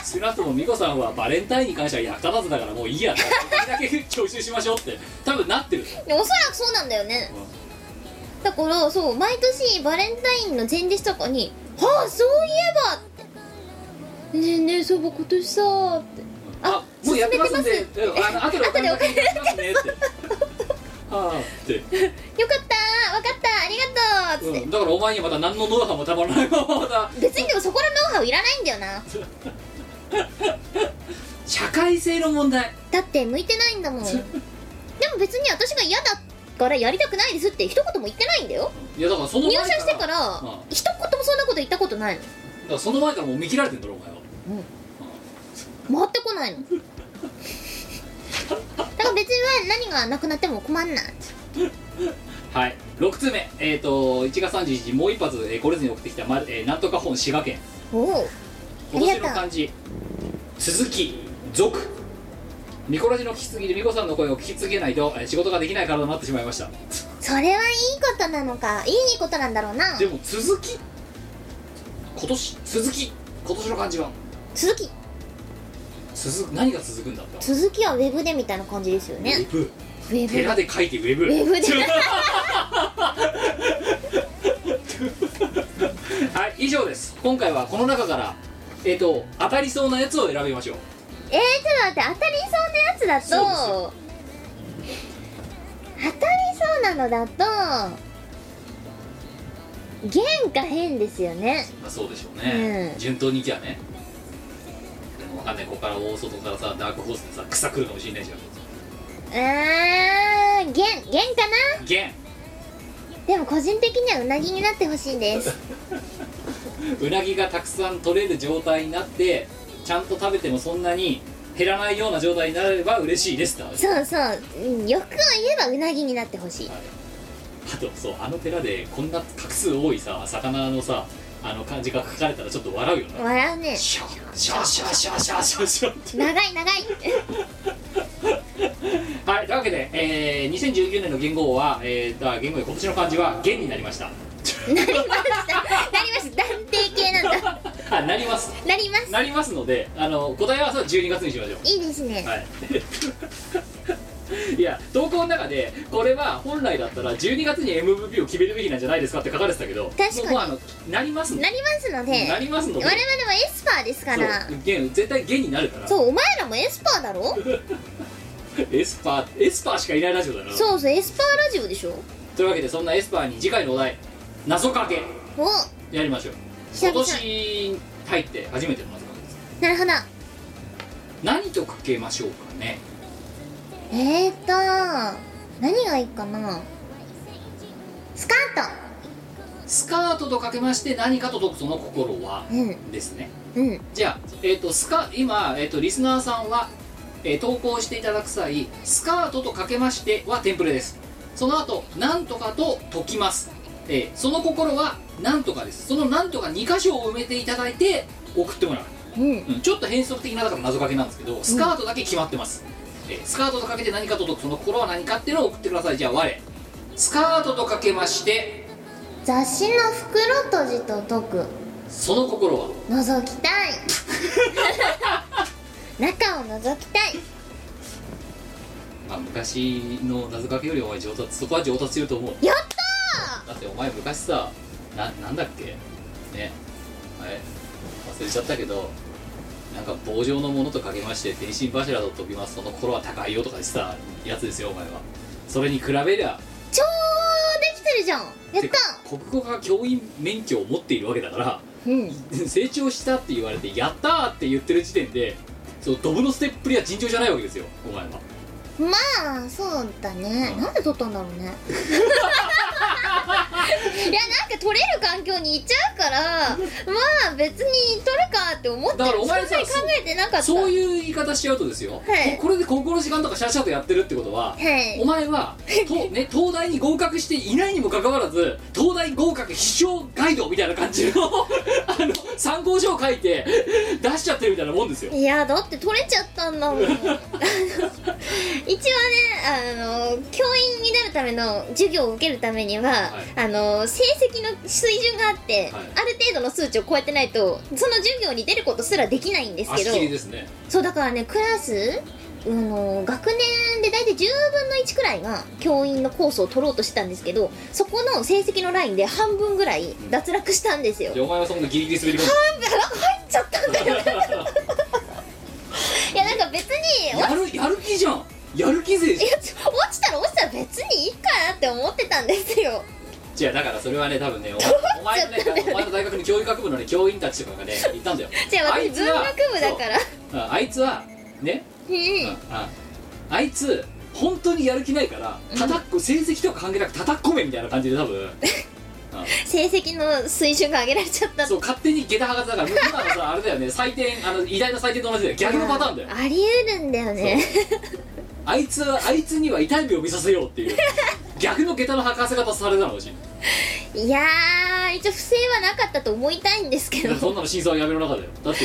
S1: 少なくとも美子さんはバレンタインに関しては役立たずだからもういいやとこれだけ徴収しましょうって多分なってる
S2: でおそらくそうなんだよねだからそう毎年バレンタインの前日とかに「はあそういえば!」ねえねえそういえば今年さ」って
S1: あもうやってますんでうんあの後でお金だけ入れてきますねってああって
S2: 「よかったわかったありがとう」っつって、
S1: うん、だからお前にはまた何のノウハウもたまらないまままた
S2: 別にでもそこのノウハウいらないんだよな
S1: 社会性の問題
S2: だって向いてないんだもんでも別に私が嫌だからやりたくないですって一言も言ってないんだよ
S1: いやだからその
S2: 入
S1: 前
S2: 社してから
S1: うんだか
S2: 一言もそんなこと言ったことないの
S1: らその前からもう見切られてんだろお前は
S2: 回ってこ ないのだから別に何がなくなっても困んない
S1: はい6つ目えっ、と1月31日もう一発、えー、これずに送ってきた、まえーなんとか本滋賀県
S2: おお
S1: 今年の漢字鈴木続ミコラジの聞きすぎでミコさんの声を聞き継げないと、えー仕事ができない体になってしまいました
S2: それはいいことなのかいいことなんだろうな
S1: でも鈴木今年鈴木今年の漢字は
S2: 続き
S1: 鈴何が続くんだった
S2: 続きはウェブでみたいな感じですよ
S1: ウ
S2: ね
S1: ェブ
S2: ウェブ
S1: 寺で書いてウェブ
S2: ウェブで
S1: はい以上です今回はこの中からえっ、と当たりそうなやつを選びましょう
S2: えー、ちょっと待って当たりそうなやつだと当たりそうなのだと原価変ですよね
S1: まあそうでしょうね、
S2: うん
S1: 順当にいきゃねでもわかんないここから大外からさダークホースでさ草来るかもしれないじゃん
S2: うーん原原かな
S1: ゲン
S2: でも個人的にはうなぎになってほしいです
S1: うなぎがたくさん取れる状態になってちゃんと食べてもそんなに減らないような状態になれば嬉しいですって話
S2: そうそううん欲を言えばうなぎになってほしい
S1: あとそうあの寺でこんな画数多いさ魚のさあの漢字が書かれたらちょっと笑うよな
S2: 笑うね
S1: シャーシャーシャーシャーシャーシャーシャーって
S2: 長い長い
S1: はいというわけで、えー2019年の元号は、えー、あ元号で今年の漢字は「元」になりました
S2: なりましたなりました断定系なんだ
S1: あなります
S2: なります
S1: なりますのであの答え合わせは12月にしましょう
S2: いいですね、
S1: はい いや投稿の中でこれは本来だったら12月に MVP を決めるべきなんじゃないですかって書かれてたけど
S2: 確かに
S1: もうあのなりますの
S2: なりますので
S1: なりますの
S2: 我
S1: で
S2: 々はエスパーですから
S1: そうゲン絶対ゲンになるから
S2: そうお前らもエスパーだろ
S1: エスパーエスパーしかいないラジオだな
S2: そうそうエスパーラジオでしょ
S1: というわけでそんなエスパーに次回のお題謎かけ
S2: お
S1: やりましょう
S2: 久
S1: 今
S2: 々
S1: 年入って初めての謎かけです
S2: なるほど
S1: 何とかけましょうかね
S2: えーっと何がいいかなスカー
S1: スカートとかけまして何かと解くその心は
S2: トうん
S1: ですね
S2: うん
S1: じゃあ、えー、とスカ今、えー、とリスナーさんは、えー投稿していただく際スカートとかけましてはテンプレですその後なんとかと解きます、えーその心はなんとかですそのなんとか2箇所を埋めていただいて送ってもらう、
S2: うん
S1: うんちょっと変則的なだから謎かけなんですけどスカートだけ決まってます、えースカートとかけて何かと解くその心は何かっていうのを送ってくださいじゃあ我スカートとかけまして
S2: 雑誌の袋閉じと解く
S1: その心は
S2: 覗きた い中を覗きたい
S1: まあ、昔の謎かけよりお前上達そこは上達すると思う
S2: やっ
S1: だ
S2: た
S1: ってお前昔さななんだっけねあれ忘れちゃったけどなんか棒状のものとかけまして電信柱と飛びますその頃は高いよとかしたやつですよお前はそれに比べりゃ
S2: ー超できてるじゃんやって
S1: か
S2: た
S1: 国語科教員免許を持っているわけだから
S2: うん
S1: 成長したって言われて「やったー!」って言ってる時点でそのドブのステップリは尋常じゃないわけですよお前は
S2: まあそうだね
S1: うん
S2: なんで撮った んだろうねいやなんか撮れる環境に行っちゃ うからまあ別に撮るかって思って
S1: だから
S2: そ
S1: お
S2: んな
S1: 前
S2: に
S1: さ
S2: 考えてなかった
S1: そういう言い方しちゃうとですよ、
S2: はい
S1: ここれで高校の時間とかシャシャとやってるってことは、
S2: はい
S1: お前はと、ね、東大に合格していないにもかかわらず東大合格必勝ガイドみたいな感じの あの参考書を書いて出しちゃってるみたいなもんですよ
S2: いやだって取れちゃったんだ もんあの一応ねあの教員になるための授業を受けるためには、
S1: はい
S2: あの成績の水準があっ
S1: は
S2: て、
S1: い
S2: ある程度の数値を超えてないとその授業に出ることすらできないんですけ
S1: 足
S2: ど
S1: 切りですね
S2: そうだからねクラスあの学年で大体10分の1くらいが教員のコースを取ろうとしてたんですけどそこの成績のラインで半分ぐらい脱落したんですよ
S1: でお前はそんなギリギリ滑り込んで
S2: 半分入っちゃったんだよいやなんか別に
S1: やるやる気じゃんやる気勢じゃん
S2: いやちょ落ちたら落ちたら別にいいかなって思ってたんですよ
S1: 違うだからそれはね多分ねおお前のねお前の大学の教育学部のね教員たちとかがね言ったんだよ
S2: じゃあ
S1: あい
S2: 私
S1: つ
S2: 文
S1: は
S2: 学部だから
S1: そううんあいつはね
S2: うん
S1: うんああいつ本当にやる気ないから叩っこ、成績とか関係なく叩っ込めみたいな感じで多分うん
S2: 成績の水準が上げられちゃった
S1: そう勝手に下駄はがだから今のさあれだよね採点あの偉大な採点と同じだよ逆のパターンだよ
S2: ありえるんだよね
S1: あいつはあいつには痛い目を見させようっていう逆の下駄の吐かせ方されたのうち
S2: いやー一応不正はなかったと思いたいんですけど
S1: そんなの真相はやめの中だよだって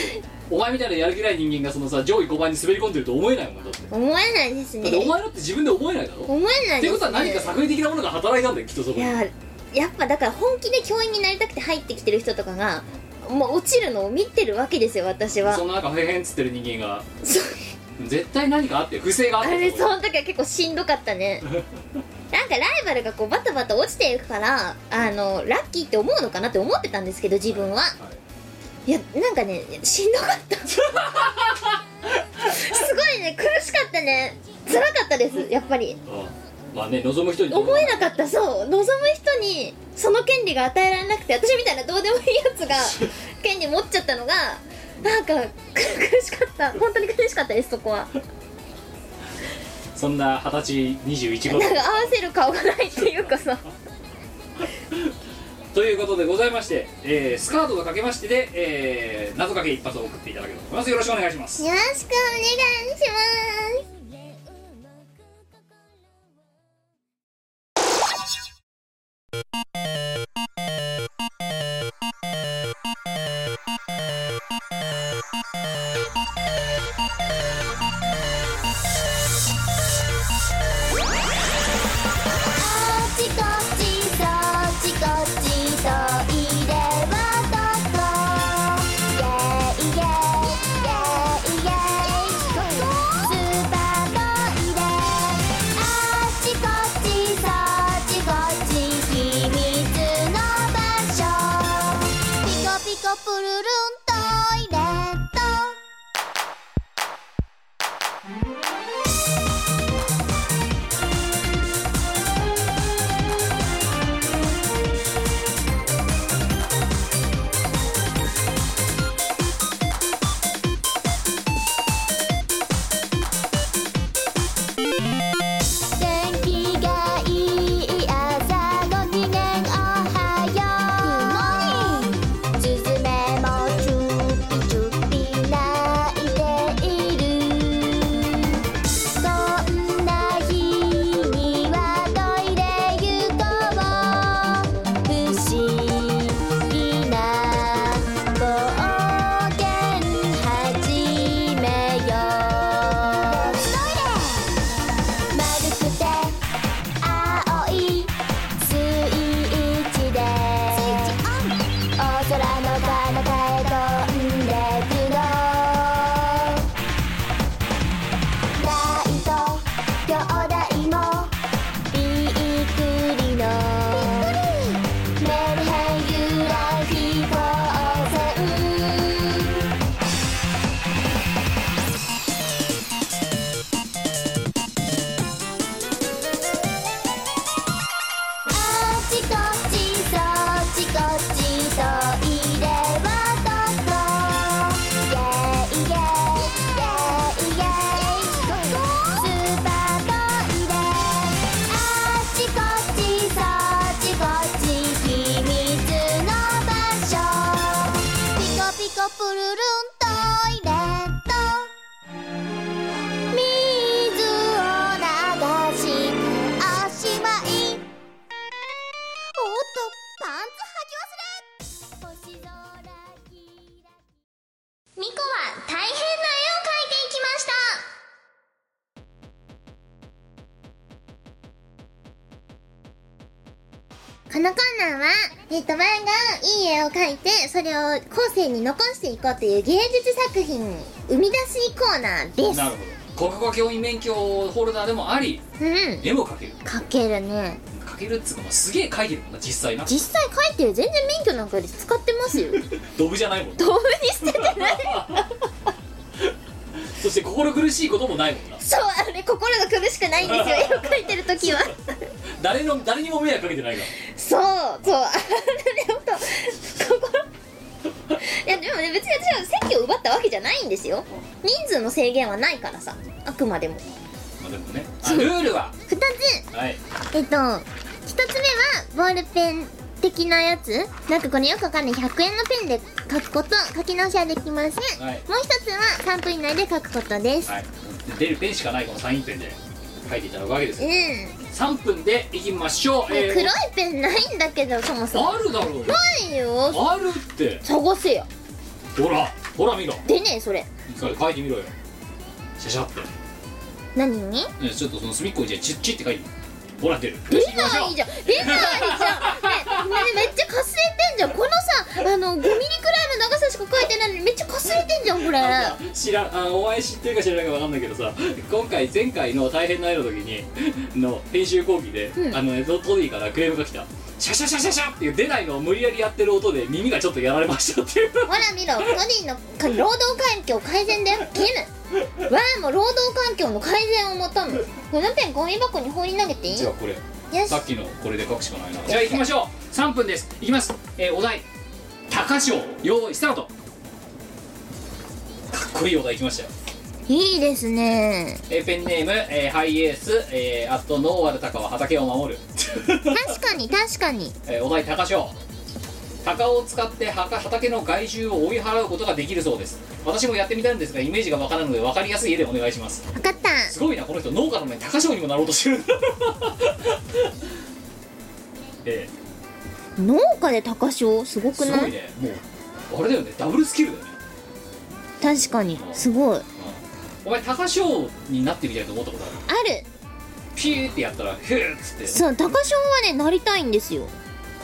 S1: お前みたいなやる気ない人間がそのさ上位5番に滑り込んでると思えないもんだってだ
S2: 思えないですね
S1: ってお前だって自分で思えないだろっ
S2: 思えな
S1: て
S2: いで
S1: こと
S2: す
S1: は何か作為的なものが働いたんだよきっとそこに
S2: いややっぱだから本気で教員になりたくて入ってきてる人とかがもう落ちるのを見てるわけですよ私は
S1: そんな中へへんっつってる人間が
S2: そう
S1: 絶対何かあって不正があっ
S2: あ
S1: た
S2: れ
S1: こ
S2: その時は結構しんどかったねなんかライバルがこうバタバタ落ちていくからあのラッキーって思うのかなって思ってたんですけど自分は
S1: はい
S2: やなんかねしんどかったすごいね苦しかったね辛かったですやっぱり
S1: うんまあね望む人に
S2: 思えなかったそう望む人にその権利が与えられなくて私みたいなどうでもいいやつが権利持っちゃったのがなんかく苦しかった本当に苦しかったですそこは
S1: そんな二十歳21
S2: なん
S1: 頃
S2: か合わせる顔がないっていうかさ
S1: ということでございまして、えースカートとかけましてで、えー謎かけ一発を送っていただければと思いますよろしくお願いします
S2: よろしくお願いします
S3: ちこっちそっちこっちといればどこイェイイェイイェイイェイスーパー
S2: このコーナーは、えっ、と、漫画、いい絵を描いて、それを後世に残していこうという芸術作品、生み出しコーナーです。
S1: なるほど国語教員免許ホルダーでもあり
S2: うん。
S1: 絵も描ける
S2: 描けるね。
S1: 描けるっつうか、まあ、すげえ描いてるもんな実際な
S2: 実際描いてる全然免許なんかより使ってます よ。
S1: ドブじゃないもんな
S2: 遠目に捨てて ない。
S1: そして心苦しいこともないもんな
S2: そう、あれ、心が苦しくないんですよ。絵を描いてるときは。
S1: 誰の誰にも迷惑かけてないから
S2: そうそうあれ本当ここいやでもね別に私は席を奪ったわけじゃないんですよ人数の制限はないからさあくまでも
S1: まあでもねあルールは
S2: 2つ
S1: はい
S2: えっと1つ目はボールペン的なやつなんかこれよくわかんない100円のペンで書くこと書き直しはできません、
S1: はい
S2: もう一つは3分以内で書くことです、
S1: はい出るペンしかないこのサインペンで書いていただくわけです
S2: うん
S1: よ3分でいきましょう、
S2: もう
S1: ー
S2: 黒いペンないんだけどそもそも
S1: あるだろうよ
S2: ないよ
S1: あるって
S2: 探せよ
S1: ほらほら見ろ
S2: でねえそれ
S1: 一回書いてみろよシャシャって
S2: 何に
S1: ねちょっとその隅っこにじゃあチッチって書いてほら出る
S2: 出
S1: よし行きましょ
S2: な
S1: う
S2: いじゃん出ないじゃんねねめっちゃかすれてんじゃんこのさあの5ミリくらいの長さしか書いてないのにめっちゃかすれてんじゃんこれ
S1: あのさ知らんあのお前知ってるか知らないかわかんないけどさ今回前回の大変な絵の時にの編集講義で、
S2: うん
S1: あのねトトディからクレームが来たシャシャシャシャシャっていう出ないのを無理やりやってる音で耳がちょっとやられましたっていう
S2: ほら見ろトディのか労働環境改善だよ義務わあもう労働環境の改善を求むこのペンゴミ箱に放り投げていい
S1: じゃあ
S2: よ
S1: これ
S2: し
S1: さっきのこれで書くしかないなじゃあ行きましょう3分です行きます、えーお題「高賞」用意スタートかっこいいお題行きましたよ
S2: いいですね
S1: えーペンネーム、えーハイエース、えー、あとノーアルタカは畑を守る、
S2: 確かに確かに
S1: えーお題高賞鷹を使ってはか畑の害獣を追い払うことができるそうです私もやってみたいんですがイメージがわからないので分かりやすい絵でお願いします
S2: 分かった
S1: すごいなこの人農家のね高賞にもなろうとしてる え
S2: 農家で高賞すご
S1: ー
S2: く
S1: す
S2: な
S1: ご
S2: い
S1: いねもうあれだよねダブルスキルだよね
S2: 確かにすごい
S1: お前高賞になってみたいと思ったことある
S2: ある
S1: ピューってやったらヒューっつって
S2: そう高賞はねなりたいんですよ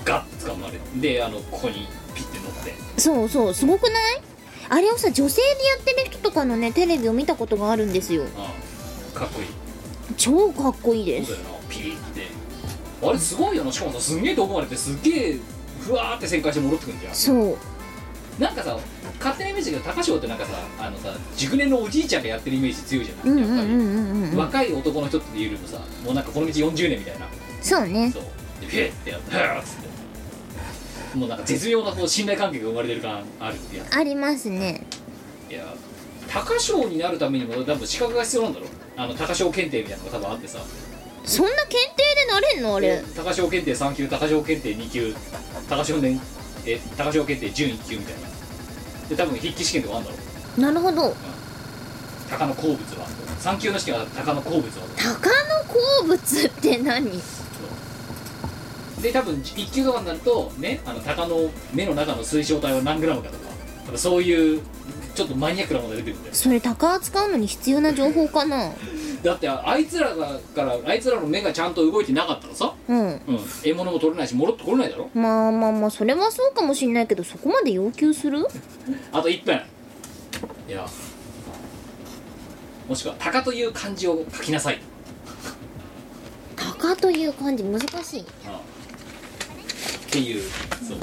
S1: ガッ掴まれてであのここにピッて乗って
S2: そうそうすごくないあれをさ女性でやってる人とかのねテレビを見たことがあるんですよ
S1: ああかっこいい
S2: 超かっこいいで
S1: そう
S2: す
S1: だよなピーってあれすごいよなしかもさすんげえ遠くまでってすっげえふわーって旋回して戻ってくるんじゃん
S2: そう
S1: なんかさ勝手なイメージだけど高潮ってなんかさあのさ熟年のおじいちゃんがやってるイメージ強いじゃ
S2: うん
S1: ない
S2: うんう
S1: やっぱり、
S2: んうんうん
S1: 若い男の人っていうよりもさもうなんかこの道40年みたいな
S2: そうね
S1: そうでピューってやってヒューっつってもうなんか絶妙なこう信頼関係が生まれてる感あるってやつ
S2: ありますね
S1: いや高賞になるためにも多分資格が必要なんだろうあの高賞検定みたいなのが多分あってさ
S2: そんな検定でなれんのあれ
S1: 高賞検定3級高賞検定2級高賞年え高賞検定準1級みたいなで多分筆記試験とかあるんだろう
S2: なるほど
S1: 鷹の鉱物は3級の試験は鷹の鉱物は
S2: 鷹の好物って何
S1: で多分1級とかになるとねあの鷹の目の中の水晶体は何グラムかとか多分そういうちょっとマニアックなものが出てくるんだよ
S2: それ鷹扱うのに必要な情報かな
S1: だってあいつらがからあいつらの目がちゃんと動いてなかったらさ、
S2: うん
S1: うん、獲物も取れないし戻ってこれないだろ
S2: まあまあまあそれはそうかもしんないけどそこまで要求する
S1: あと1分いやもしくは「鷹」という漢字を書きなさい
S2: 鷹という漢字難しい
S1: ああっていうそう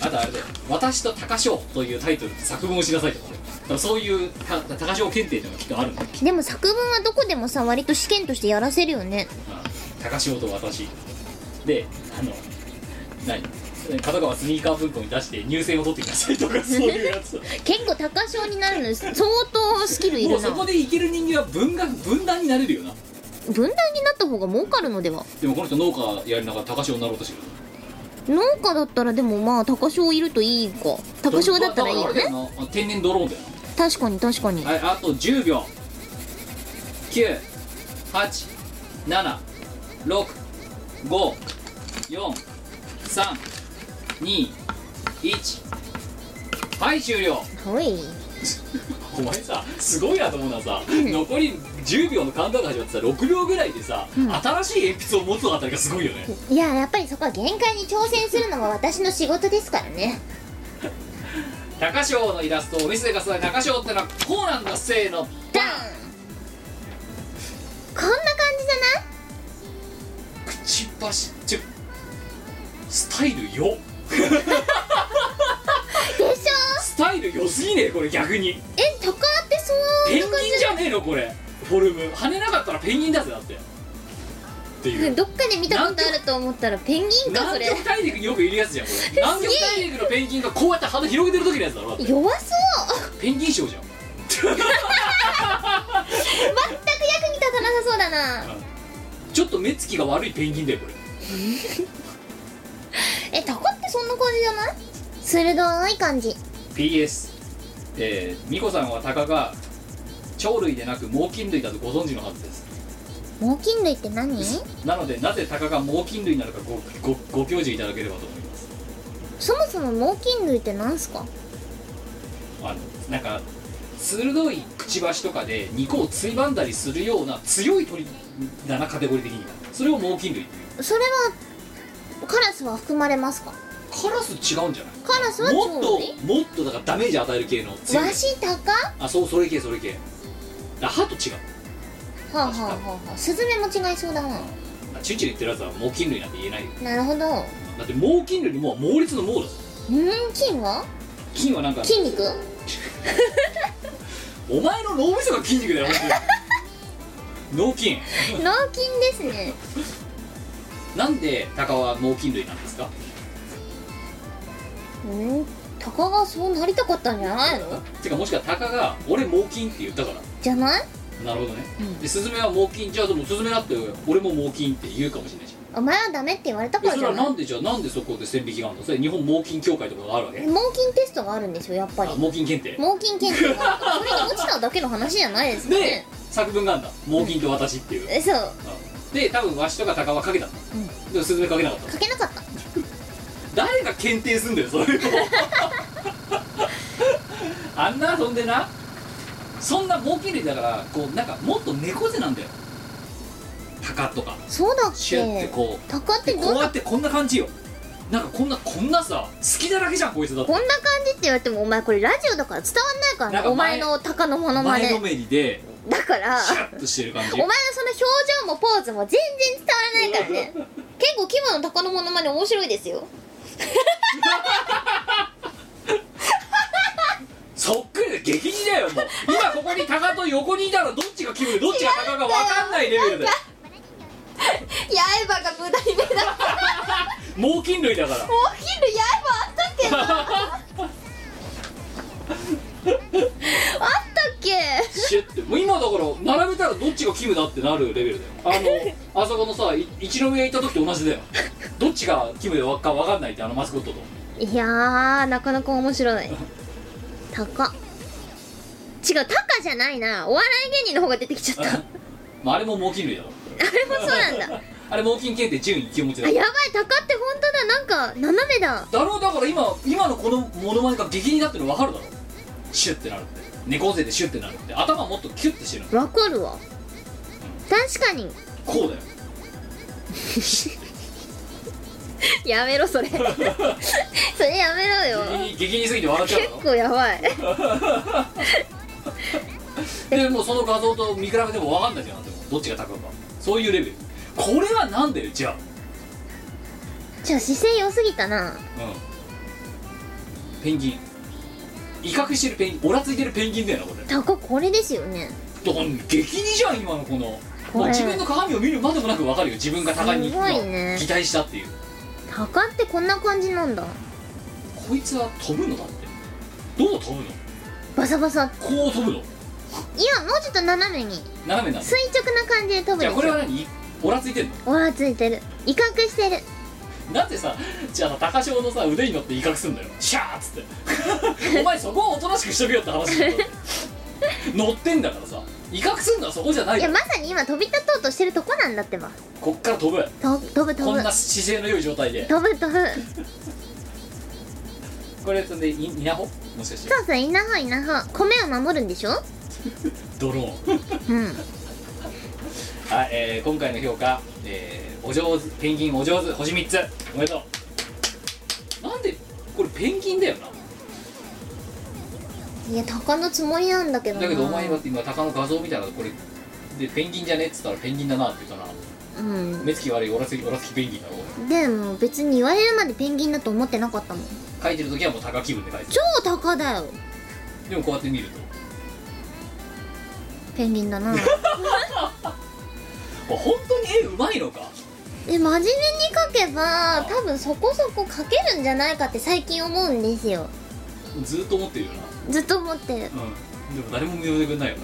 S1: あとあれで「私と高翔」というタイトルで作文をしなさいとかねだからそういうた高翔検定というのがきっとあるんだよ
S2: でも作文はどこでもさ割と試験としてやらせるよね
S1: ああ高翔と私であの何片川スニーカー文庫に出して入選を取ってくださいとかそういうやつ
S2: 結構高賞になるのに相当スキルい
S1: も
S2: る
S1: う
S2: な
S1: そこでいける人間は文学分断になれるよな
S2: 分断になった方が儲かるのでは
S1: でもこの人農家やりながら高翔になろうとしてる
S2: 農家だったらでもまあ高賞いるといいか高賞だったらいいよね
S1: あの天然ドローンだよ
S2: 確かに確かに
S1: はいあと10秒9876554321はい終了
S2: はい
S1: お前さすごいなと思うのはさ、残り10秒のカウントダウンが始まってさ6秒ぐらいでさ、新しい鉛筆を持つあたりがすごいよね
S2: いややっぱりそこは限界に挑戦するのが私の仕事ですからね
S1: 高翔のイラストをお店で貸すの高翔ってのはこうなんだせーの
S2: ダンこんな感じじゃな
S1: 口
S2: い
S1: ばしちょスタイルよ
S2: でしょ
S1: スタイル良すぎねえこれ逆に
S2: えタカってそ
S1: ペン
S2: う
S1: ギンじゃねえのこれフォルム羽なかったらペンギンだぜだってっていう
S2: どっかで見たことあると思ったらペンギンかそ
S1: 南
S2: れ
S1: 極大陸によくいるやつじゃんこれ南極大陸のペンギンがこうやって鼻広げてる時のやつだろだって
S2: 弱そう
S1: ペンギンショーじゃん
S2: 全く役に立たなさそうだな
S1: ちょっと目つきが悪いペンギンだよこれ
S2: えタカってそんな感じじゃない鋭い感じ
S1: PS えー、ミコさんはタカが鳥類でなく猛禽類だとご存知のはずです
S2: 猛禽類って何
S1: なのでなぜタカが猛禽類なのかごごご教授いただければと思います
S2: そもそも猛禽類って何すか
S1: あのなんか鋭いくちばしとかで肉をついばんだりするような強い鳥だなカテゴリー的にはそれを猛禽類っていう
S2: それはカラスは含まれますか
S1: カラス違うんじゃない
S2: カラスは
S1: もっ
S2: 鳥類
S1: ともっとだからダメージ与える系の強い
S2: ワシタカ
S1: あそうそれ系それ系あ歯と違う
S2: はあはあはあはあスズメも違いそうだな
S1: あチュンチュン言ってるやつは猛禽類なんて言えないよ
S2: なるほど
S1: だって猛禽類にも猛烈の猛だぞ
S2: うん金は
S1: 金はなんか
S2: 筋肉
S1: お前の脳みそが筋肉だよ本当に脳筋
S2: 脳筋ですね
S1: なんで鷹は猛禽類なんですか
S2: うんタカがそうなりたかったんじゃないの
S1: てかもしくは鷹が俺猛禽って言ったから
S2: じゃない
S1: なるほどね、でスズメは猛禽じゃあでもスズメだって俺も猛禽って言うかもしれないじゃん
S2: お前はダメって言われたか
S1: で
S2: ら
S1: そ
S2: じ
S1: れ
S2: ゃ
S1: は
S2: な
S1: ないんでじゃあなんでそこで線引きがあるのそれ日本猛禽協会とかがあるわけ
S2: 猛筋テストがあるんですよやっぱり
S1: あ猛禽検定
S2: 猛筋検定があるからそれに落ちただけの話じゃないですよ
S1: で
S2: ね
S1: 作文があるんだ猛禽と私っていう、
S2: えそう
S1: で多分わしとか鷹はかけたの、
S2: ん
S1: でもスズメかけなかった
S2: 書けなかった
S1: 誰が検定すんだよそれをあんなそんでなそんな猛禽類だからこうなんかもっと猫背なんだよ鷹とか
S2: そうだっ
S1: シュッて
S2: け
S1: こ
S2: タカっ
S1: う
S2: て
S1: でこ
S2: どん
S1: うや
S2: な
S1: ってこんな感じよなんかこんなこんなさ隙だらけじゃんこいつだって
S2: こんな感じって言われてもお前これラジオだから伝わんないから
S1: なん
S2: ね
S1: か
S2: お
S1: 前
S2: 前のタカのものま
S1: 前の
S2: ね
S1: めりで
S2: だから
S1: シャッとしてる感じ
S2: お前のその表情もポーズも全然伝わらな いからね結構キムのタカのものまね面白いですよ
S1: そっくりだ激似だよもう今ここに鷹と横にいたらどっちがキムでどっちが鷹か分かんないレベルだよ
S2: 刃が無駄に目立った
S1: 猛禽類だから
S2: お昼刃あったっけなあったっけ
S1: シュッてもう今だから並べたらどっちがキムだってなるレベルだよあのあそこのさい一の上行った時と同じだよどっちがキムでわか分かんないってあのマスコットと
S2: いやーなかなか面白いタカ違うタカじゃないなお笑い芸人の方が出て きちゃった
S1: まああれも猛禽類だろ
S2: あれもそうなんだ
S1: あれ猛禽検定順位気持ち
S2: あ
S1: だよ
S2: やばいタカって本当だなんか斜めだ
S1: だろうだから今今のこのモノマネが激似だっての分かるだろシュッてなるって猫背でシュッてなるって頭もっとキュッてしてるの
S2: わかるわ確かに
S1: こうだよ
S2: やめ ろそれそれやめろよ
S1: 激似激似すぎて笑っちゃうだろ
S2: 結構やばい
S1: でもうその画像と見比べても分かんないじゃんでもどっちが高いかそういうレベルこれはなんだよじゃあ
S2: じゃあ姿勢良すぎた
S1: うん
S2: な
S1: ペンギン威嚇してるペンギンオラついてるペンギンだよなこれ
S2: タカこれですよね
S1: どん激似じゃん今のこの
S2: これ
S1: まあ自分の鏡を見るまでもなく分かるよ自分が互いに
S2: すごいね
S1: 擬態したっていう
S2: タカってこんな感じなんだ
S1: こいつは飛ぶのだってどう飛ぶの
S2: バサバサい
S1: こう飛ぶの
S2: やもうちょっと斜めに
S1: 斜めなの
S2: 垂直な感じで飛ぶ
S1: じ
S2: で
S1: ゃあ
S2: し
S1: これは
S2: ょ
S1: 何オラついてんの
S2: おらついてる威嚇してる
S1: なんでさじゃあ高潮のさ腕に乗って威嚇すんだよシャーっつって お前そこはおとなしくしとけよって話だよ乗ってんだからさ威嚇すんのはそこじゃない
S2: いや
S1: よ
S2: まさに今飛び立とうとしてるとこなんだってば
S1: こっから飛ぶ
S2: と飛ぶ飛
S1: こん
S2: ぶ
S1: な姿勢の良い状態で
S2: 飛ぶ飛ぶ
S1: これそれでい稲穂もしかして
S2: そうそう稲穂稲穂米を守るんでしょ
S1: ドローン
S2: うん
S1: はい、えー今回の評価、えーお上手ペンギンお上手星3つおめでとうなんでこれペンギンだよない
S2: や鷹のつもりなんだけどな
S1: だけどお前は今鷹の画像見たらこれでペンギンじゃねっつったらペンギンだなって言ったら
S2: うん
S1: 目つき悪いオラつきオラつきペンギンだろ
S2: でも別に言われるまでペンギンだと思ってなかったもん
S1: 書いてる時はもう鷹気分で書いて
S2: 超鷹だよ
S1: るでもこうやって見ると
S2: ペンギンだな
S1: あ本当に絵うまいのか
S2: え真面目に描けば多分そこそこ描けるんじゃないかって最近思うんですよ
S1: ずっと思ってるよ
S2: ずっと思ってる
S1: なうんでも誰も見てくれないよ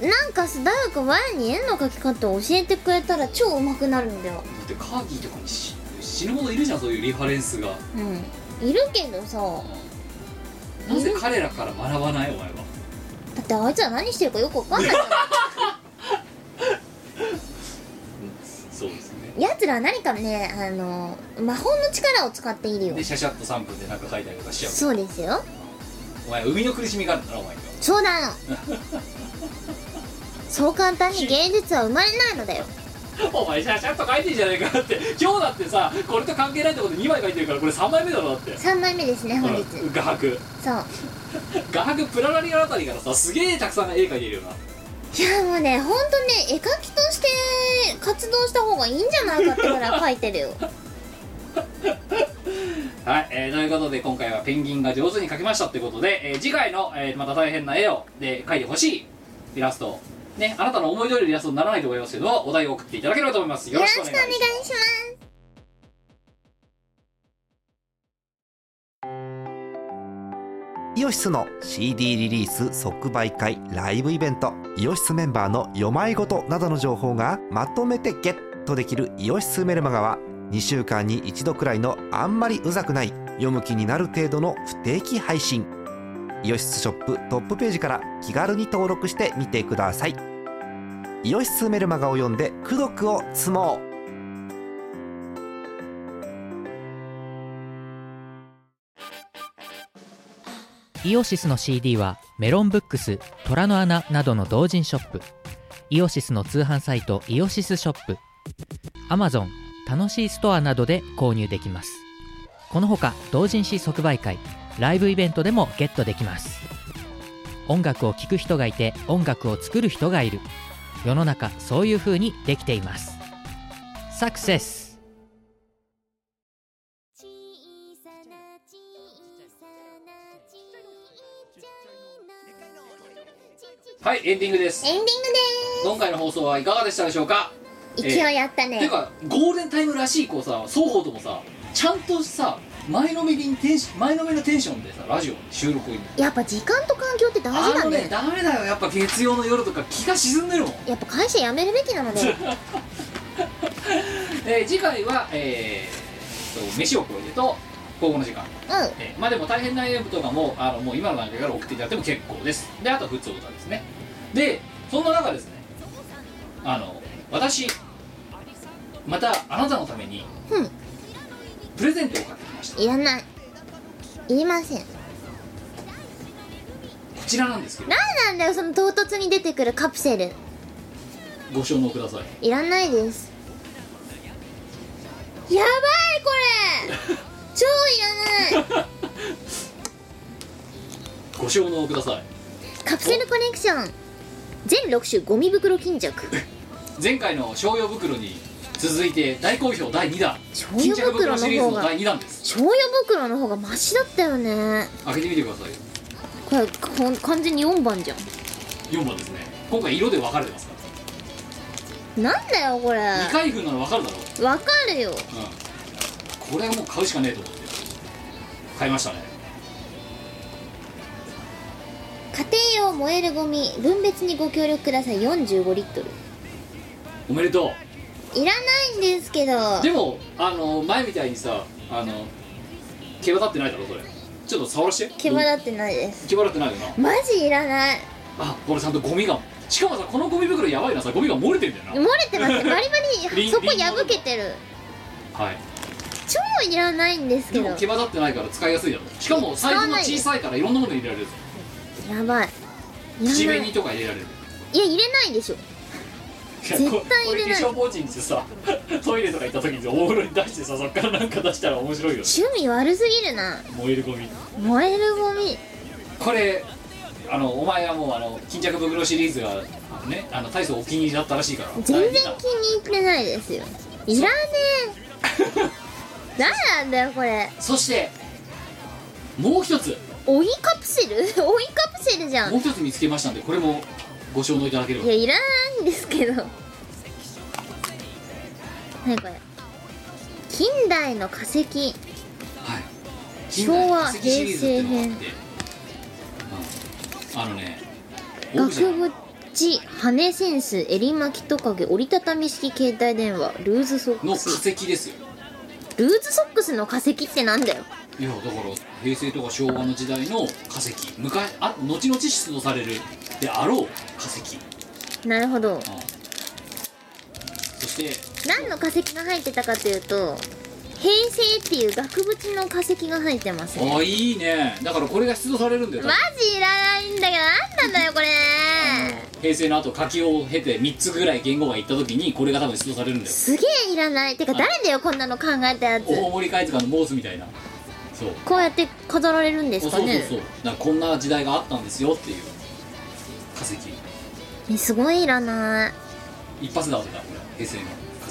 S1: な
S2: なんかさ大学前に絵の描き方教えてくれたら超上手くなるんだよ
S1: だってカーギーとかにし死ぬほどいるじゃんそういうリファレンスが
S2: うんいるけどさ
S1: なぜ彼らから学ばないお前は
S2: だってあいつは何してるかよくわかん ない
S1: そうですね
S2: やつらは何かねあの魔法の力を使っているよ
S1: でシャシャッと3分でなんか書いたりとかしちゃう
S2: そうですよ
S1: お前海の苦しみがあるんだなお前には
S2: そうだよそう簡単に芸術は生まれないのだよ
S1: お前シャシャッと書いてんじゃないかだって今日だってさこれと関係ないってこと2枚書いてるからこれ3枚目だろだって
S2: 3枚目ですね本日
S1: うん画伯
S2: そう
S1: 画伯プララリアあたりからさすげえたくさん絵描いてるよない
S2: やもうねほんとね絵描きとして活動した方がいいんじゃないかってぐらい描いてるよ
S1: はい、えーということで今回はペンギンが上手に描けましたということで、えー次回の、えーまた大変な絵を、で描いてほしいイラストをねあなたの思い通りのイラストにならないと思いますけどお題を送っていただければと思いますよ
S2: よ
S1: ろ
S2: ろ
S1: し
S2: し
S1: く
S2: く
S1: お
S2: お
S1: 願
S2: 願
S1: いし
S2: い
S1: ます
S2: します
S5: イオシスの CD リリース即売会ライブイベントイオシスメンバーの読まいごとなどの情報がまとめてゲットできる「イオシスメルマガ」は2週間に1度くらいのあんまりうざくない読む気になる程度の不定期配信イオシスショップトップページから気軽に登録してみてくださいイオシスメルマガを読んで「功徳を積もう」
S6: イオシスの CD はメロンブックス、虎の穴などの同人ショップ、イオシスの通販サイトイオシスショップ、Amazon、楽しいストアなどで購入できます。このほか同人誌即売会、ライブイベントでもゲットできます。音楽を聴く人がいて音楽を作る人がいる。世の中そういう風にできています。サクセス
S3: 小さな小さなちっちゃいの
S1: はいエンディングです
S2: エンデ
S1: 今回の放送はいかがでしたでしょうか
S2: ィングでーす勢いあった
S1: てい
S2: ね
S1: うかゴールデンタイムらしいこうさ双方ともさちゃんとさ前のめりにテンシ前のめりのテンションでさラジオに収録に
S2: やっぱ時間と環境って大
S1: あ
S2: 事な
S1: の
S2: んだ
S1: ね
S2: よ
S1: ダメだよやっぱ月曜の夜とか気が沈んでるもん、
S2: やっぱ会社辞めるべきなので
S1: えー次回はえー、と飯を超えてと午後の時間、
S2: う
S1: えーまあでも大変な AM とかもあのもう今の段階から送っていただいても結構ですであと普通歌ですねでそんな中ですねあの私またあなたのために、
S2: うん
S1: プレゼントを買ってきました
S2: んいらないいりません
S1: こちらなんですけど
S2: なんだよその唐突に出てくるカプセル
S1: ご承納ください
S2: いらないですやばい これ超いらない
S1: ご承納ください
S2: カプセルコネクション全6種ゴミ袋巾着
S1: 前回の商用袋に続いて大好評第2弾
S2: 商
S1: 巾
S2: 用
S1: 着
S2: 袋
S1: 袋シリーズ
S2: の方
S1: の
S2: が
S1: 第2弾です
S2: 商用袋の方がマシだったよね
S1: 開けてみてくださいよ
S2: これこん完全に4番じゃ
S1: 4番ですね今回色で分かれてますか
S2: んなんだよこれ
S1: ら未開封なの分かるだろう、
S2: わかるよ
S1: うん、これはもう買うしかねえと思って買いましたね
S2: 家庭用燃えるゴミ分別にご協力ください45リットル
S1: おめでと
S2: いらないんですけど
S1: うでもあの前みたいにさあの毛羽立ってないだろそれちょっと触らして
S2: 毛羽立ってないです
S1: 毛羽立ってないよな
S2: マジいらない
S1: あこれちゃんとゴミがしかもさこのゴミ袋やばいな さゴミが漏れてんだよな
S2: 漏れてますバリバ
S1: リ
S2: リ
S1: ン
S2: そこ破けてる
S1: はい
S2: 超いらないんです
S1: で
S2: け
S1: も
S2: ど
S1: 毛羽立ってないから使いやすいだろしかもサイズも小さいからいろんなもの入れられるぞ
S2: やばいい
S1: 口
S2: らない
S1: 紅とか入れられる
S2: いや入れないでしょ
S1: いやこ
S2: 絶対入れない
S1: 小ポーチにしてさ トイレとか行った時に大風呂に出してさそっからなんか出したら面白いよね
S2: 趣味悪すぎるな
S1: 燃えるゴミ
S2: 燃えるゴミ
S1: これあのお前はもうあの巾着袋シリーズがねあの大層お気に入りだったらしいから
S2: 全然気に入ってないですよいらね え何なんだよこれ
S1: そしてもう一つ
S2: 追いカプセル 追いカプセルじゃん
S1: もう一つ見つけましたんでこれもご承諾いただけれ
S2: い
S1: ば
S2: やいらないんですけど何これ近代の化石
S1: はい
S2: 昭和
S1: 近代化石シリーズっていうのがあってうんあのねオブジェ
S2: 額縁羽センス襟巻きトカゲ折りたたみ式携帯電話ルーズソッ
S1: の
S2: ク
S1: 化
S2: ス
S1: 石ですよ
S2: ルーズソックスの化石ってなんだよ
S1: いやだから平成とか昭和の時代の化石昔あ後々出土されるであろう化石、うん
S2: なるほど
S1: そして
S2: 何の化石が入ってたかというと平成っていう額縁の化石が入ってますね
S1: あいいねだからこれが出土されるんだよ多
S2: マ
S1: 分
S2: ジいらないんだけど何なんだよこれ
S1: 平成の後書きを経て3つぐらい言語がいった時にこれが多分出土されるんだよ
S2: すげえいらないてか誰だよこんなの考えたやつ
S1: 大森海図館のモースみたいなそう
S2: こうやって飾られるんで
S1: そ
S2: す
S1: う
S2: か
S1: そう
S2: ね
S1: そうだからこんな時代があったんですよっていう化石
S2: えすごいいらない
S1: 一発で当てたこれ平成の化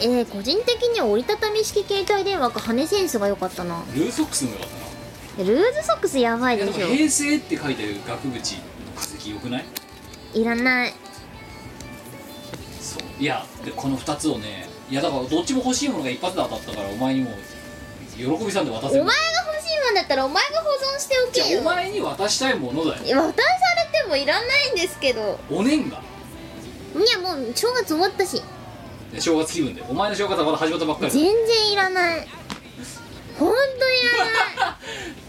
S1: 石
S2: えー、個人的には折りたたみ式携帯電話か羽センスが良かったな
S1: ルーソックスのよかったな
S2: ルーズソックスやばい
S1: いや
S2: で
S1: で
S2: し
S1: も
S2: ょ
S1: 平成って書いてある額縁の化石よくない
S2: いらない
S1: そういやでこの2つをねいやだからどっちも欲しいものが一発で当たったからお前にも喜びさんで渡せ
S2: お
S1: る
S2: 前が欲しいもんだったらお前が保存しておけ
S1: じゃ
S2: よ
S1: あお前に渡したいものだよ
S2: いや渡されてもいらないんですけど
S1: お年が
S2: いやもう正月終わったし
S1: ね正月気分でお前の正月はまだ始まったばっかりだ
S2: 全然いらないほんとい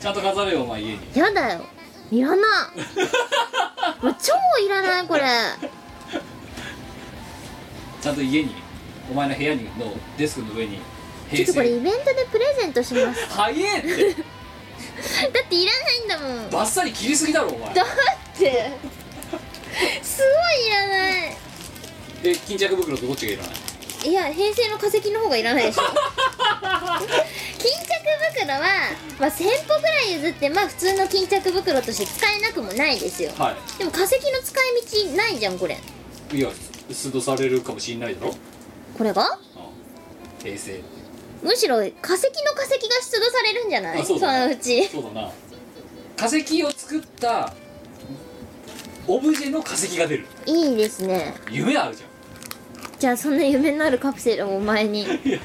S1: ちゃんと飾れよお前家に
S2: らない やだよいらないもう超いらないこれ
S1: ちゃんと家にお前の部屋にのデスクの上に
S2: ちょっ
S1: 平
S2: とこれ
S1: 成
S2: イベントでプレゼント します
S1: 早えって
S2: だっていらないんだもんだ
S1: バッサリ切りすぎだろお前
S2: ってすごいいらない
S1: で巾着袋とどっちがいらない
S2: いや平成の化石の方がいら ないでしょ巾着袋は、まあ、1000歩ぐらい譲ってまあ普通の巾着袋として使えなくもないですよ
S1: は
S2: でも化石の使い道ないじゃんこれ
S1: いいや出土されるかもしんないだろ
S2: これが
S1: うん平成
S2: むしろ化石の化石が出土されるんじゃない
S1: あそうだ
S2: のうち
S1: そうだな化石を作ったオブジェの化石が出る
S2: いいですね
S1: 夢あるじゃ
S2: じゃあそんな夢のあるカプセルをお前に
S1: んいや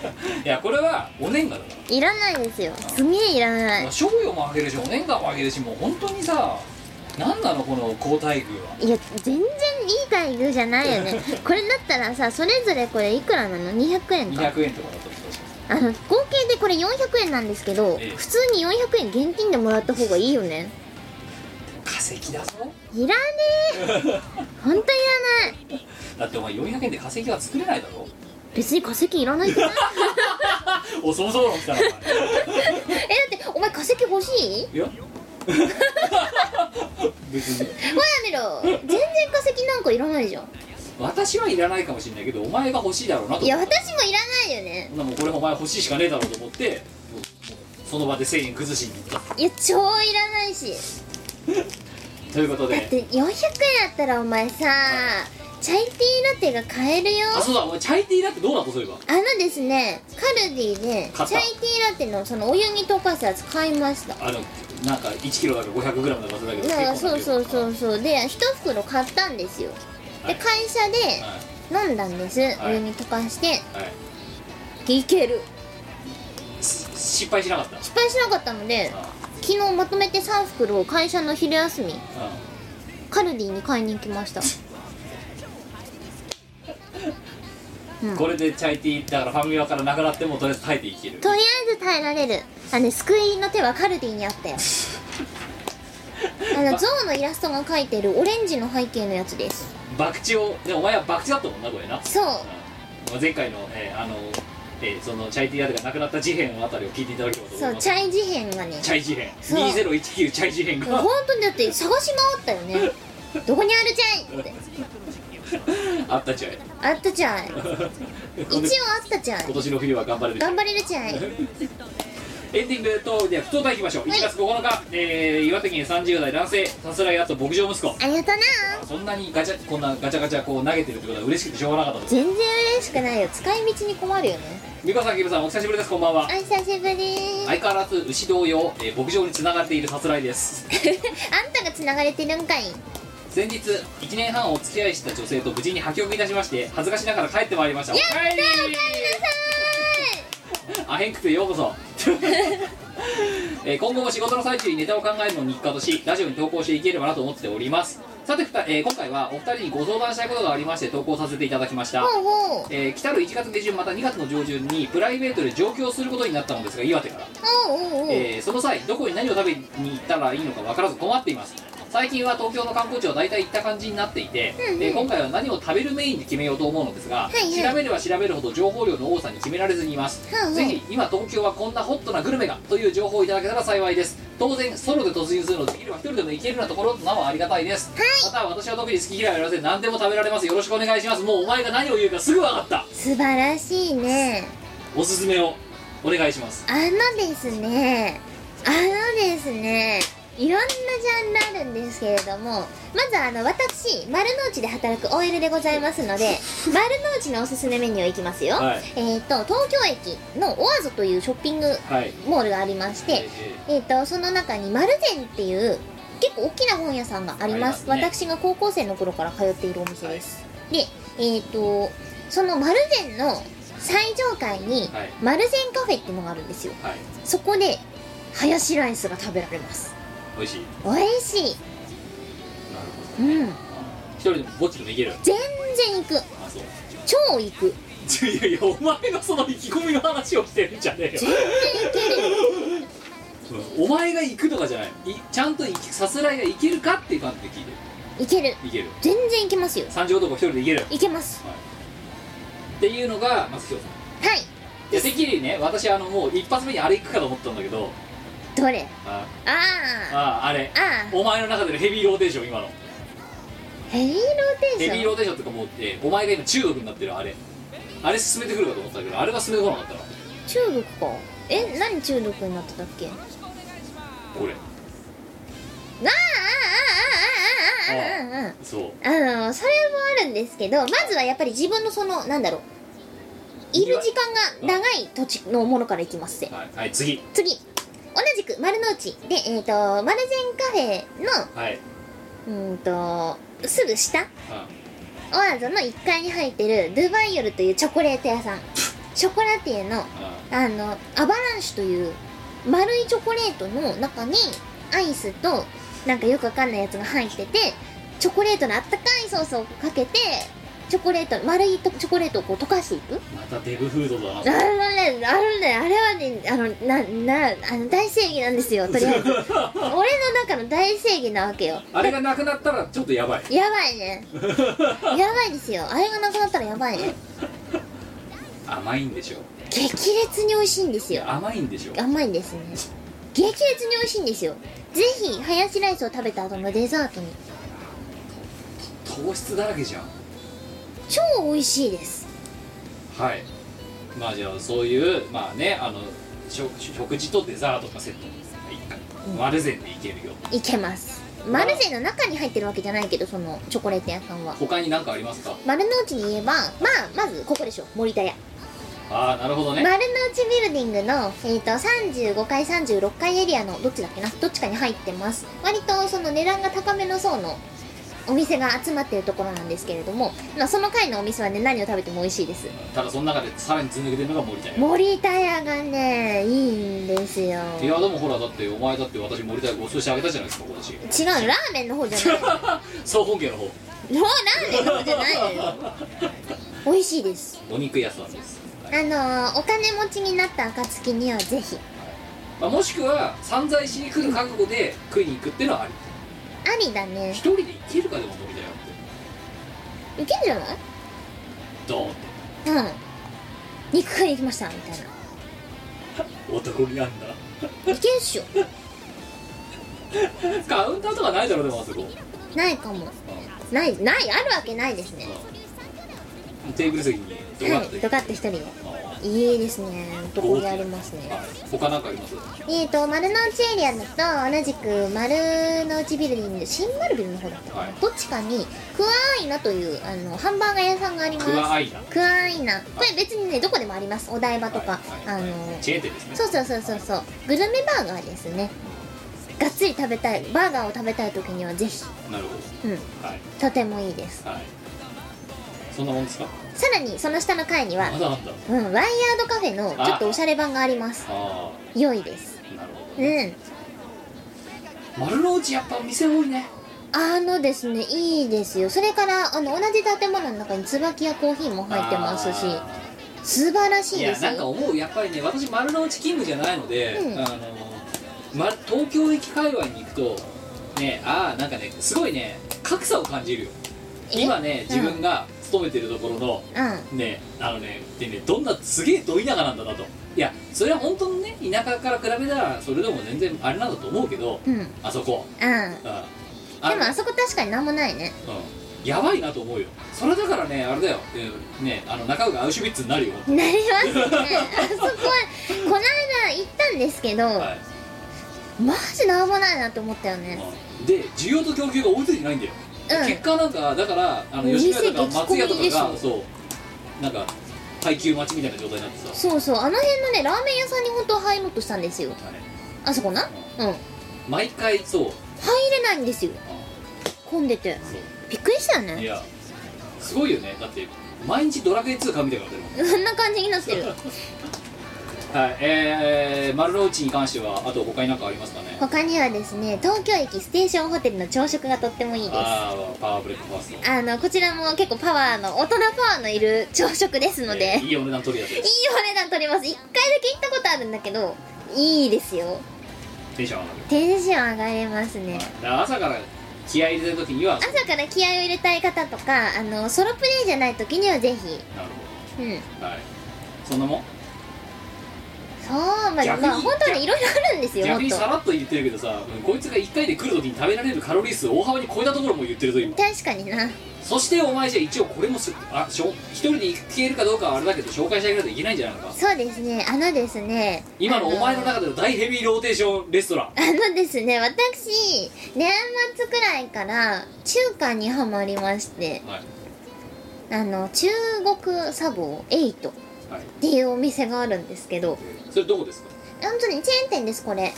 S1: いやこれはお年賀だか
S2: いらないですよすげえいらな
S1: ら
S2: い
S1: 賞与もあげるしお年賀もあげるしもう本当にさ何なのこの好待遇はい
S2: や全然いい待遇じゃない よねこれだったらさそれぞれこれいくらなの200円
S1: 200円と
S2: か
S1: かだったりとかして
S2: あ の合計でこれ400円なんですけど
S1: ええ
S2: 普通に400円現金でもらった方がいいよね
S1: 化石だぞ
S2: いらね えほんといらない
S1: だってお前400円で化石は作れないだろ
S2: 別に化石いらないかな
S1: おそもそも論来たな
S2: えだってお前化石欲しい
S1: い や別に
S2: ほら見ろ全然化石なんかいらないじゃん
S1: 私はいらないかもしれないけどお前が欲しいだろうなと
S2: いや私もいらないよね
S1: ほんならもうこれお前欲しいしかねえだろうと思ってもうもうその場で1000円崩しに行っ
S2: いや超いらないした
S1: ということ
S2: だっ
S1: で
S2: て400円あったらお前さチャイティーラテが買えるよ
S1: あそうだお前チャイティーだってどうだとそういえば
S2: あのですねカルディでチ
S1: 買
S2: ャ
S1: った
S2: イティーラテのそのお湯に溶かすやつ買いました
S1: あのなんか1キロだか 500g だかそれだけど
S2: だから
S1: 結構な
S2: そう
S1: 量
S2: そうそうそうで一袋買ったんですよ
S1: は
S2: で
S1: い
S2: 会社
S1: はい
S2: で飲んだんです
S1: い
S2: お湯に溶かして
S1: はい
S2: いける
S1: し失敗しなかった
S2: 失敗しなかったので
S1: あ
S2: 昨日まとめて3袋を会社の昼休み
S1: あ
S2: カルディに買いに行き ました
S1: うんこれでチャイティーだからファミマからなくなってもとりあえず耐えていける
S2: とりあえず耐えられるあのね救いの手はカルディにあったよ あの象のイラストが描いてるオレンジの背景のやつです
S1: 博打をでお前は博打だったもんなこれな
S2: そう
S1: うん前回の、えーあのえーそのチャイティアでがなくなった事変のあたりを聞いていただければと思
S2: そ
S1: いうます
S2: チャイ事変がね
S1: チャイ事変
S2: そう
S1: 2019チャイ事変が
S2: 本当にだって探し回ったよねどこにあるチャイって
S1: あったチャイ
S2: あったチャイ一応あったチャ
S1: 今
S2: イ
S1: 年の冬は頑張れる
S2: 頑張れるチャイ
S1: エンディングとでは太田いきましょう1
S2: はい
S1: 月9日、えー岩手県30代男性さすらいあと牧場息子
S2: ありがとうな
S1: そんなにガチャこんなガチャガチャこう投げてるってことは嬉しくてしょうがなかったです
S2: 全然嬉しくないよ使い道に困るよね
S1: 美香さんキムさんお久しぶりですこんばんは
S2: お久しぶり
S1: 相変わらず牛同様、えー牧場につながっているさすらいです
S2: あんたが繋がれてるんかい
S1: 先日1年半お付き合いした女性と無事に破局いたしまして恥ずかしながら帰ってまいりましたやったお帰りなさいアヘンクスへようこそ えー今後も仕事の最中にネタを考えるのを日課としラジオに投稿していければなと思っておりますさて、ふたえー今回はお二人にご相談したいことがありまして投稿させていただきました、
S2: ほうほう
S1: えー来たる1月下旬また2月の上旬にプライベートで上京することになったのですが岩手から
S2: おうおうおう
S1: えーその際どこに何を食べに行ったらいいのか分からず困っています最近は東京の観光地を大体行った感じになっていて、えー今回は何を食べるメインで決めようと思うのですが、
S2: いは
S1: 調
S2: い
S1: べれば調べるほど情報量の多さに決められずにいます、
S2: はいはい
S1: ぜひ今東京はこんなホットなグルメがという情報をいただけたら幸いです当然ソロで突入するのでできれば一人でも行けるようなところなおありがたいです、また私は特に好き嫌いはありません何でも食べられますよろしくお願いしますもうお前が何を言うかすぐ分かった
S2: 素晴らしいね
S1: おすすめをお願いします
S2: あのですねあのですねいろんなジャンルあるんですけれどもまずあの私丸の内で働く OL でございます ので丸の内のおすすめメニューいきますよ、
S1: はい
S2: えっ、と東京駅のオアゾというショッピング
S1: はい
S2: モールがありまし
S1: えー
S2: て、えっ、とその中に丸善っていう結構大きな本屋さんがあります
S1: あります
S2: 私が高校生の頃から通っているお店です、でえっ、とその丸善の最上階に
S1: はい
S2: 丸善カフェっていうのがあるんですよ
S1: えーはい
S2: そこでハヤシライスが食べられます
S1: 美味しい
S2: 美味しい
S1: なるほど
S2: うん
S1: 一人でもぼっちでもいける
S2: 全然行く
S1: あそう
S2: 超行く
S1: いやいやお前のその意気込みの話をしてるんじゃねえようんお前が行くとかじゃないいちゃんと行きさすらいが行けるかっていう感じで聞いてる
S2: 行ける
S1: 行ける
S2: 全然行けますよ
S1: 三条男一人で行ける
S2: 行けます
S1: っていうのがまず今日
S2: はい
S1: いやてっきりね私あのもう一発目にあれ行くかと思ったんだけど
S2: どれ
S1: あ
S2: あー
S1: ああれ
S2: あ
S1: お前の中でのヘビーローテーション今の
S2: ーヘビーローテ
S1: ヘ
S2: ー
S1: ビー
S2: ション
S1: ローテーションってかもう、えーお前が今中毒になってるあれあれ進めてくるかと思ったけどあれが進めてこなかったな
S2: 中毒かえ何中毒になってたっけあーあー
S1: これ
S2: あーあーあーあーあーあー
S1: そう
S2: あのそれもあるんですけどまずはやっぱり自分のそのなんだろういる時間が長い土地のものからいきますね
S1: はい、はい、次
S2: 次同じく丸の内でえっ、と丸善カフ
S1: はい、
S2: ェのうーんとすぐ下
S1: う
S2: オアゾの1階に入ってるドゥバイヨルというチョコレート屋さんショコラティエの
S1: んうん
S2: あのアバランシュという丸いチョコレートの中にアイスとなんかよくわかんないやつが入っててチョコレートのあったかいソースをかけてチョコレート丸いとチョコレートをこう溶かしていく
S1: またデブフードだな
S2: あのねあのねあれはねあのななあの大正義なんですよとりあえず俺の中の大正義なわけよ
S1: あれがなくなったらちょっとやばい
S2: やばいねやばいですよあれがなくなったらやばいね
S1: 甘いんでしょ
S2: 激烈に美味しいんですよ
S1: 甘いんでしょ
S2: 甘いんですね激烈に美味しいんですよぜひハヤシライスを食べた後のデザートに
S1: 糖質だらけじゃん
S2: 超美味しいです
S1: はいまあじゃあそういうまあねあの食食事とデザートがセットはいいか丸善でいけるよ
S2: いけますマルゼの中に入ってるわけじゃないけどそのチョコレート屋さんは
S1: 他に何かありますか
S2: 丸の内に言えばまあまずここでしょ森田屋
S1: ああなるほどね、
S2: 丸の内ビルディングの、えー、と35階36階エリアのどっちだっけなどっちかに入ってます割とその値段が高めの層のお店が集まってるところなんですけれども、まあ、その階のお店はね何を食べても美味しいです
S1: ただその中でさらにずん抜けてるのが森田屋
S2: 森田屋がねいいんですよ
S1: いやでもほらだってお前だって私森田屋ご馳走してあげたじゃないですか今年
S2: 違うラーメンの方じゃないもう
S1: 総本家の方
S2: ラーメンの方じゃないのよ美味しいです
S1: お肉屋さんです、
S2: あ
S1: はい
S2: のーお金持ちになった暁にはぜひ
S1: まあ、もしくは散財しに来る覚悟で食いに行くっていうのはあり
S2: ありだね
S1: 一人で行けるかでも森田屋って
S2: いけんじゃない
S1: どうって
S2: うん肉買いに行きましたみたいな
S1: 男気あんだ
S2: いけるっしょ
S1: カウンターとかないだろでもあそこ
S2: ないかも
S1: う
S2: ないないあるわけないですね
S1: んテーブル席にドカ
S2: は
S1: ッと
S2: いドカッと一人で
S1: あ
S2: いいですねどこにあります
S1: ーは
S2: ね
S1: い他なんかあります
S2: えーと丸の内エリアだと同じく丸の内ビルディング新丸ビルの方だったかな、
S1: はい
S2: どっちかにクワーイナというあのハンバーガー屋さんがありま
S1: クワ
S2: す
S1: アイナ
S2: クワーイナこれ別にねどこでもありますお台場とか、
S1: はい
S2: あ
S1: はい
S2: の
S1: チェーン店ですね
S2: そうそうそうそうそうグルメバーガーですねがっつり食べたいバーガーを食べたい時にはぜひ
S1: なるほ
S2: うん
S1: どはい
S2: とてもいいです
S1: はいそんなもんですか
S2: さらにその下の階には
S1: まだあんだ
S2: うんワイヤードカフェのちょっとおしゃれ版があります
S1: あ
S2: 良いです
S1: あなるほど
S2: うん
S1: 丸の内やっぱ店多いね
S2: あのですねいいですよそれからあの同じ建物の中に椿やコーヒーも入ってますし
S1: あー
S2: 素晴らしい
S1: い
S2: で
S1: や
S2: す
S1: なんか
S2: よ
S1: 思うやっぱりね私丸の内勤務じゃないので、
S2: うん
S1: あの、ま、東京駅界隈に行くとねああなんかねすごいね格差を感じるよ
S2: え
S1: 今ね
S2: うん
S1: 自分が勤めてるところの、
S2: うん
S1: ねあのねでねどんなすげえど田舎なんだなといやそれは本当にね田舎から比べたらそれでも全然あれなんだと思うけど
S2: うんうん
S1: あそこ、うん、あ
S2: でもあそこ確かになんもないね
S1: うんやばいなと思うよそれだからねあれだよ、うんねあの中岡アウシュビッツになるよ、
S2: なりますねあそこはこの間行ったんですけど、
S1: はい
S2: マジなんもないなって思ったよね
S1: で需要と供給が追いついてないんだよ、
S2: うん
S1: 結果なんかだからあの吉村とか松屋とか
S2: 店激混み
S1: が
S2: でし
S1: そうなんか配給待ちみたいな状態になってさ
S2: そうそうあの辺のねラーメン屋さんに本当は入ろうとしたんですよあそこなうん入
S1: 毎回そう
S2: れないんですよ混んでて
S1: そ
S2: びっくりしたよ
S1: うい
S2: ね
S1: やすごいよねだって毎日ドラクエ2買うみたいになってるもん
S2: そんな感じになってる
S1: はいえー、丸の内に関してはあと他になんかありますかね
S2: 他にはですね東京駅ステーションホテルの朝食がとってもいいです
S1: ああパワーブレックファースト
S2: あのこちらも結構パワーの大人パワーのいる朝食ですので、
S1: えーいいお値段取りやつ
S2: いいお値段取ります1回だけ行ったことあるんだけどいいですよ
S1: テンション上がる
S2: テンション上がれます
S1: は
S2: ね
S1: いだから朝から気合い入れてる時には
S2: 朝から気合を入れたい方とかあのソロプレイじゃない時にはぜひ
S1: なる
S2: うん
S1: ほどはいそんなもん
S2: そうまあ
S1: 逆に
S2: まあ本当にいろいろあるんですよ
S1: 逆
S2: もっ
S1: に
S2: と
S1: さらっと言ってるけどさこいつが1回で来るときに食べられるカロリー数大幅に超えたところも言ってるぞ今
S2: 確かにな
S1: そしてお前じゃ一応これもすあしょ一人で消えるかどうかはあれだけど紹介してあげないといけないんじゃないのか
S2: そうですねあのですね
S1: 今の
S2: あ
S1: お前の中での大ヘビーローテーションレストラン
S2: あのですね私年末くらいから中華にハマりまして
S1: はい
S2: あの中国サボエイトっ
S1: はい
S2: ていうお店があるんですけど
S1: それどこですか
S2: 本当にチェーン店ですこれ
S1: はい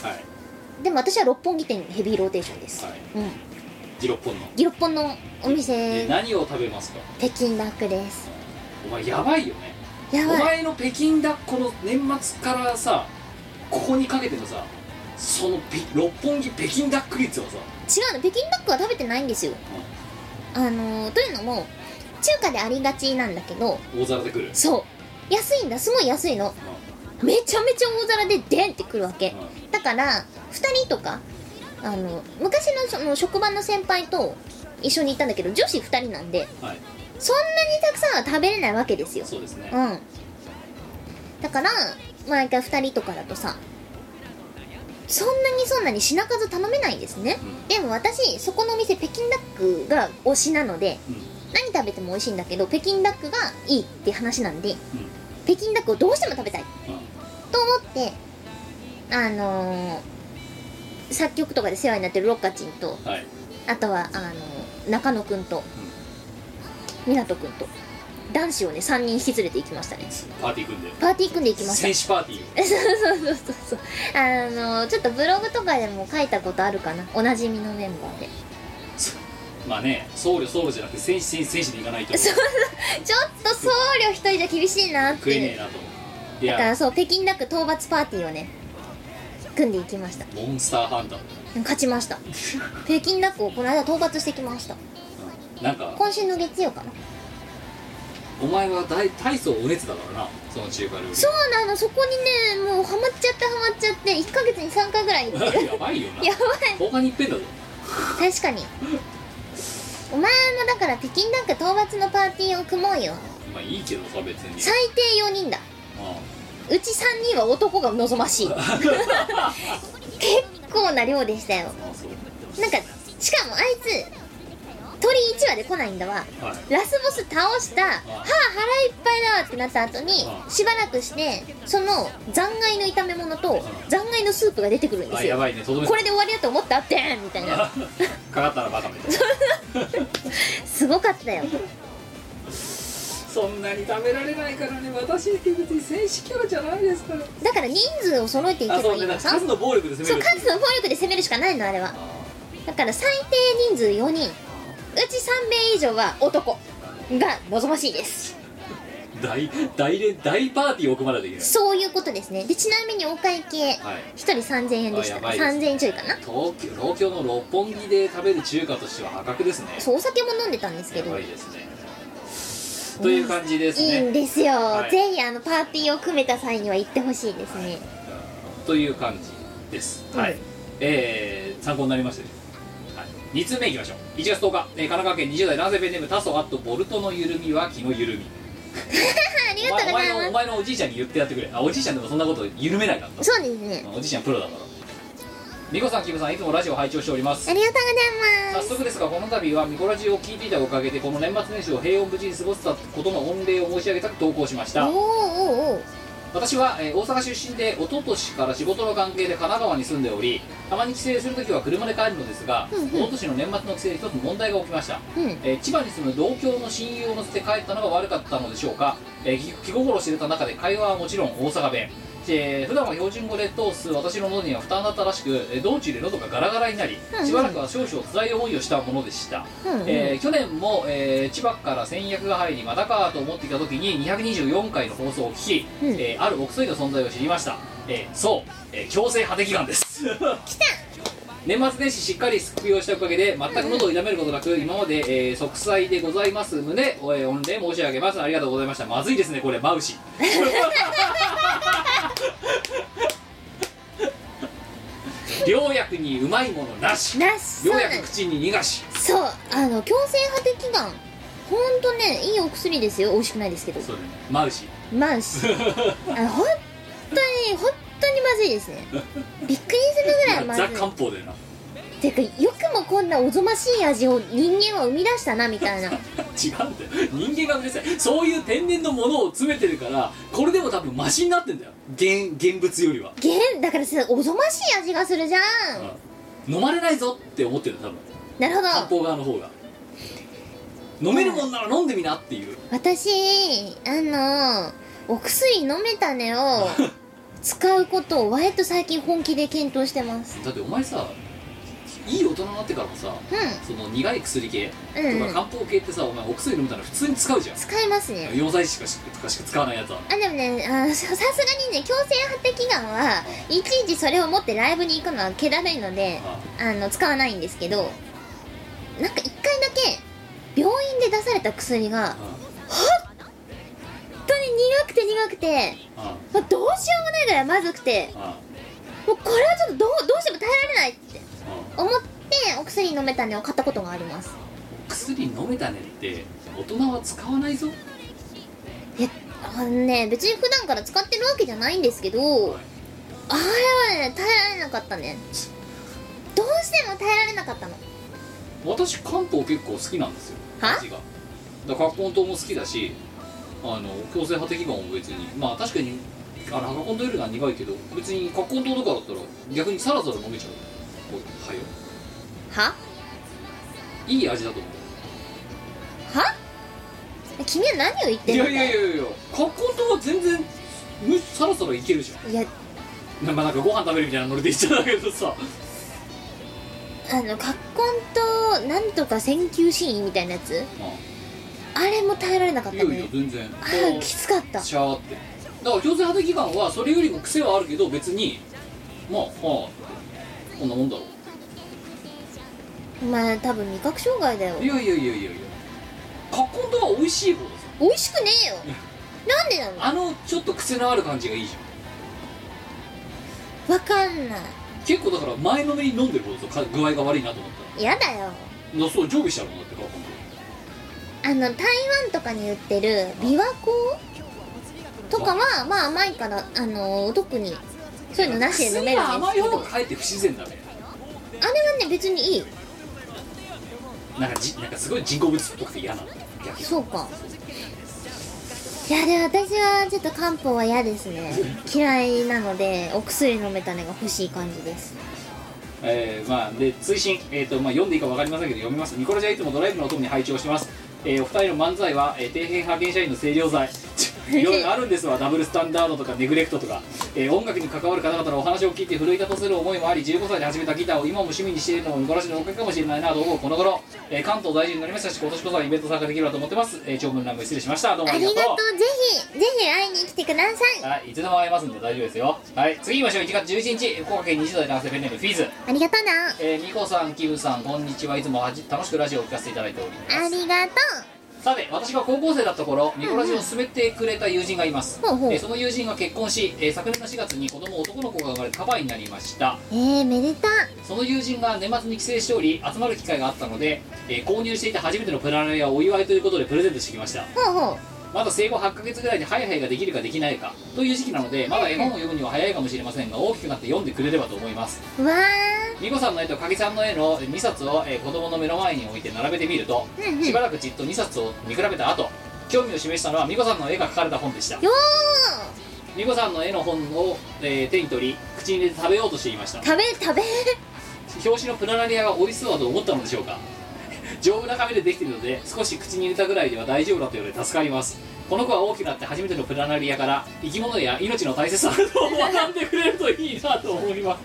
S2: でも私は六本木店ヘビーローテーションです
S1: はい
S2: うん
S1: ジロッポンの
S2: ギロッポンのお
S1: え
S2: 店
S1: 何を食べますか
S2: 北京ダックです
S1: お前やばいよね
S2: や
S1: お
S2: ばい
S1: 前の北京だこの年末からさここにかけてのさそのピ六本木北京ダック率はさ
S2: 違うの北京ダックは食べてないんですよあのーというのも中華でありがちなんだけど
S1: 大皿で来る
S2: そう安いんだすごい安いのめちゃめちゃ大皿でデンってくるわけだから2人とかあの昔のその職場の先輩と一緒に行ったんだけど女子2人なんで
S1: はい
S2: そんなにたくさんは食べれないわけですよ
S1: そうですね
S2: うんだから毎回2人とかだとさそんなにそんなに品数頼めないんですね
S1: うん
S2: でも私そこのお店北京ダックが推しなので
S1: うん
S2: 何食べても美味しいんだけど北京ダックがいいって話なんで北京ダックをどうしても食べたいと思ってあのー作曲とかで世話になってるロッカチンと
S1: うんはい
S2: あとはあのー中野くんと湊くんと男子をね3人引き連れて行きましたね
S1: パーティー組んで
S2: パーティー組んで行きました
S1: 戦士パーティー
S2: そうそうそうそうそうあのちょっとブログとかでも書いたことあるかなおなじみのメンバーで
S1: まあね僧侶僧侶じゃなくて戦士戦士戦士で行かないと
S2: ちょっと僧侶一人じゃ厳しいなっ
S1: 食えねえ
S2: て
S1: なとい
S2: だか
S1: や
S2: らそう北京ダック討伐パーティーをね組んでいきました
S1: モンスターハンター
S2: 勝ちました北京ダックをこの間討伐してきました
S1: なんか
S2: 今週の月曜かな
S1: お前は大大層お熱だからなその中華料理
S2: そうなのそこにねもうハマっちゃってハマっちゃって1ヶ月に3回ぐらい行ってる
S1: やばいよな
S2: やばい
S1: 10日にいっぺんだぞ
S2: 確かにお前もだから北京ダック討伐のパーティーを組もうよ
S1: まあいいけどさ別に
S2: 最低4人だ うち3人は男が望ましい結構な量でしたよ
S1: ああそう
S2: なんかしかもあいつ鳥1話で来ないんだわ
S1: はい
S2: ラスボス倒したはあ腹いっぱいだわってなった後にしばらくしてその残骸の炒め物と残骸のスープが出てくるんで
S1: あ
S2: す
S1: や
S2: よ
S1: ばいねとどめ
S2: これで終わりだと思ったってんみたいな
S1: かかったらバカみたいな
S2: すごかったよ
S1: そんなに食べられないからね私って別に戦士キャラじゃないですから
S2: だから人数を揃えていけば
S1: あそう
S2: いい
S1: ね
S2: のさ
S1: 数の暴力で攻
S2: そう
S1: める
S2: 数の暴力で攻めるしかないのあれはだから最低人数4人うち3名以上は男が望ましいです
S1: 大大連大パーティーを組まないといけない
S2: そういうことですねでちなみにお会計
S1: はい
S2: 1人3000円でした、
S1: あやばいですね
S2: 3000円ちょいかな
S1: 東京東京の六本木で食べる中華としては破格ですね
S2: そうお酒も飲んでたんですけ
S1: や
S2: ど
S1: ばいですねという感じです
S2: いいん
S1: ね
S2: ですよ、
S1: はい
S2: ぜひあのパーティーを組めた際には行ってほしいですね、
S1: という感じですはい、えー参考になりましたねはい、2通目いきましょう1月10日、えー神奈川県20代男性ペンネームタソアットボルトの緩みは気の緩み
S2: ありがとう
S1: お
S2: ご
S1: 前
S2: ざ
S1: お前の
S2: い
S1: お
S2: ま
S1: 前のおじいちゃんに言ってやってくれあおじいちゃんでもそんなこと緩めないから
S2: すそうですね
S1: おじいちゃんプロだからみこさんキムさんいつもラジオ拝聴しております
S2: ありがとうござい
S1: 早
S2: ます
S1: 速ですがこの度はミコラジを聞いていたおかげでこの年末年始を平穏無事に過ごせたことの御礼を申し上げたく投稿しまし
S2: お
S1: た
S2: ーおーおー
S1: 私は、えー大阪出身で一昨年から仕事の関係で神奈川に住んでおりたまに帰省するときは車で帰るのですが、
S2: うんうん
S1: 一昨年の年末の帰省で一つ問題が起きました、
S2: うん
S1: えー千葉に住む同郷の親友を乗せて帰ったのが悪かったのでしょうか、えー気気心知れた中で会話はもちろん大阪弁、えー普段は標準語で通す私の喉には負担だったらしく、えー道中で喉がガラガラになり
S2: うん
S1: しばらくは少々辛い思いをしたものでした、
S2: うんうん
S1: えー去年も、えー千葉から戦略が入りまたかと思っていた時に224回の放送を聞き、
S2: うん
S1: えーあるお薬の存在を知りました、えーそう、えー強制破敵がんです年末年始しっかり服用したおかげで全く喉を痛めることなく今まで、えー息災でございます旨、えー、御礼申し上げますありがとうございましたまずいですねこれマウ シ良薬にうまいものなし
S2: なし
S1: よ
S2: そうう
S1: や
S2: なん
S1: く口に逃がし
S2: そうあの強制破的がんほんとねいいお薬ですよ美味しくないですけど
S1: そうだねマウシ
S2: まあしあのほんとにほんとにまずいですねびっくりするぐらいまず
S1: ザ
S2: い
S1: 漢方だよな
S2: てかよくもこんなおぞましい味を人間は生み出したなみたいな
S1: 違うんだよ人間がうるさいそういう天然のものを詰めてるからこれでも多分マシになってんだよ現現物よりは、
S2: げんだからさおぞましい味がするじゃん
S1: 飲まれないぞって思ってる多分
S2: なるほ
S1: 漢
S2: ど
S1: 方側の方が飲めるもんなら飲んでみなっていう
S2: 私あのお薬飲めたねを使うことを割と最近本気で検討してます
S1: だってお前さいい大人になってからもさ
S2: う
S1: その苦い薬系
S2: ん
S1: と
S2: うん、
S1: か漢方系ってさお前お薬飲めたら普通に使うじゃん
S2: 使いますね
S1: 4歳児しかしかしか使わないやつは
S2: あでもねあささすがにね強制発的がんはいちいちそれを持ってライブに行くのは気だるいので
S1: あ
S2: あの使わないんですけどなんか一回だけ病院で出された薬が
S1: あ
S2: 本当に苦くて苦くて
S1: あ
S2: もうどうしようもないぐらいまずくて
S1: ああ
S2: もうこれはちょっとどうどうしても耐えられないって
S1: あ
S2: 思ってお薬飲めたねを買ったことがあります
S1: 薬飲めたねって大人は使わないぞ
S2: いやあのね別に普段から使ってるわけじゃないんですけどあれはね耐えられなかったねどうしても耐えられなかったの
S1: 私漢方結構好きなんですよ
S2: は
S1: 味がだから葛根糖も好きだしあの強制破的感も別にまあ確かにあの葛根糖よりは苦いけど別に葛根糖とかだったら逆にさらさら飲めちゃうおいはよ
S2: はい
S1: い味だと思う
S2: は君は何を言って
S1: い
S2: るん
S1: や
S2: だ
S1: いやいやいや葛根糖は全然むさらさらいけるじゃ
S2: いや
S1: んなまあなんかご飯食べるみたいなノリで言っちゃうんだけどさ
S2: あのカッコンとなんとか選球シーンみたいなやつあれも耐えられなかっ
S1: い
S2: た
S1: やいや
S2: ね
S1: 全然
S2: あーきつかった
S1: シャーってだから強制派的期間はそれよりも癖はあるけど別にまあはあこんなもんだろ
S2: まあ多分味覚障害だよ
S1: ういやいやいやいやいやカッコンとは美味しい方ですよ
S2: 美味しくねえよなんでなの
S1: あのちょっと癖のある感じがいいじゃ
S2: わかんなん
S1: 結構だから前のめりに飲んでる方ですよか具合が悪いなと思った
S2: いやだよ
S1: らだそう常備したもんだってカッコンと
S2: あの台湾とかに売ってる琵琶湖とかはまあ甘いからあのー特にそういうのなしで飲
S1: 薬が
S2: めるんです
S1: 甘
S2: け
S1: い
S2: ど
S1: 方がかえって不自然だね
S2: あれはね別にいい
S1: なんかじなんかすごい人工物っぽくて嫌なの逆に
S2: そうかいやでも私はちょっと漢方は嫌ですね嫌いなのでお薬飲めたのが欲しい感じです
S1: えーまあで追伸、えーとまあ、読んでいいか分かりませんけど読みますニコラジはいつもドライブのお供に拝聴してます、えーお二人の漫才は、えー底辺派遣社員の清涼剤いろいろあるんですわダブルスタンダードとかネグレクトとか、えー音楽に関わる方々のお話を聞いて奮い立たせる思いもあり15歳で始めたギターを今も趣味にしているのもニコラジのおかげかもしれないなと思うこの頃、えー関東大臣になりましたし今年こそはイベント参加できればと思ってます、えー長文乱文失礼しましたどうも
S2: あ
S1: あ
S2: り
S1: り
S2: が
S1: が
S2: と
S1: と
S2: う
S1: う
S2: ぜひぜひ会いに来てください
S1: はい、いつでも会えますんで大丈夫ですよはい次行きましょう1月11日福岡県20代男性ペンネームフィーズ
S2: ありがとうな
S1: えー、みこさん、キムさん、こんにちは。いつもはじ楽しくラジオを聞かせていただいておりま
S2: あ
S1: す。
S2: りがと
S1: さて、私が高校生だった頃、ミコラジを勧めてくれた友人がいます。
S2: ほうほう
S1: えーその友人が結婚し、えー昨年の4月に子供男の子が生まれカバーになりました。
S2: うえー、めでた
S1: その友人が年末に帰省しており、集まる機会があったので、えー購入していた初めてのプラネやお祝いということでプレゼントしてきました。
S2: ほうほう
S1: まだ生後8ヶ月ぐらいでハイハイができるかできないかという時期なので、まだ絵本を読むには早いかもしれませんが、大きくなって読んでくれればと思います。
S2: うわ
S1: 美子さんの絵と影さんの絵の2冊を、えー子供の目の前に置いて並べてみると、
S2: うんうん
S1: しばらくじっと2冊を見比べた後興味を示したのは美子さんの絵が描かれた本でした
S2: ーよ
S1: 美子さんの絵の本を、えー手に取り口に入れて食べようとしていました
S2: ー食べ食べ
S1: 表紙のプラナリアが美味しそうだと思ったのでしょうか丈夫な紙でできているので少し口に入れたぐらいでは大丈夫だというので助かりますこの子は大きくなって初めてのプラナリアから生き物や命の大切さを学んでくれるといいなと思います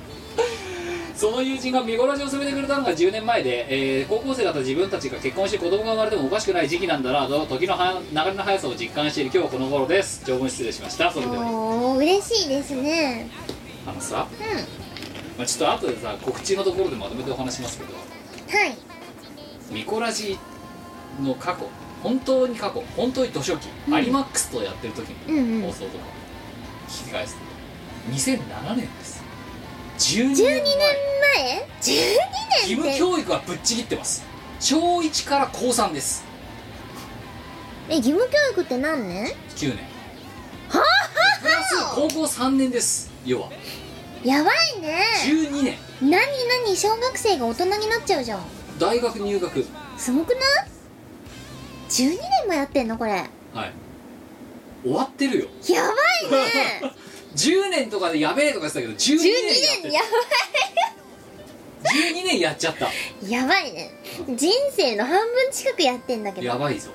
S1: その友人が見殺しを進めてくれたのが10年前で、えー高校生だった自分たちが結婚して子供が生まれてもおかしくない時期なんだなと時のは流れの速さを実感している今日この頃です長文失礼しましたそれでは
S2: おー嬉しいですね
S1: あのさ、
S2: うん
S1: まあ、ちょっと後でさ告知のところでまとめてお話しますけど
S2: はい
S1: ミコラジの過去本当に過去本当に図書記、アリマックスとやってる時
S2: うんうん
S1: の放送とか聞き返すと2007年です12年
S2: 12年前
S1: 義
S2: ?12 年
S1: 務
S2: って
S1: 教育はぶっちぎってます小1から高3です
S2: え義務教育って何年
S1: 9年プラス高校3年です要は
S2: やばいね
S1: 12年
S2: なになに小学生が大人になっちゃうじゃん
S1: 大学入学
S2: すごくない ?12 年もやってんのこれや
S1: はい終わってるよ
S2: ばいね
S1: 10年とかでやべえとか言ってたけど12
S2: 12
S1: 年やって
S2: 年や
S1: 12年やっちゃった
S2: ばいやばいね人生の半分近くやってんだけ
S1: や
S2: ど
S1: ばいぞ、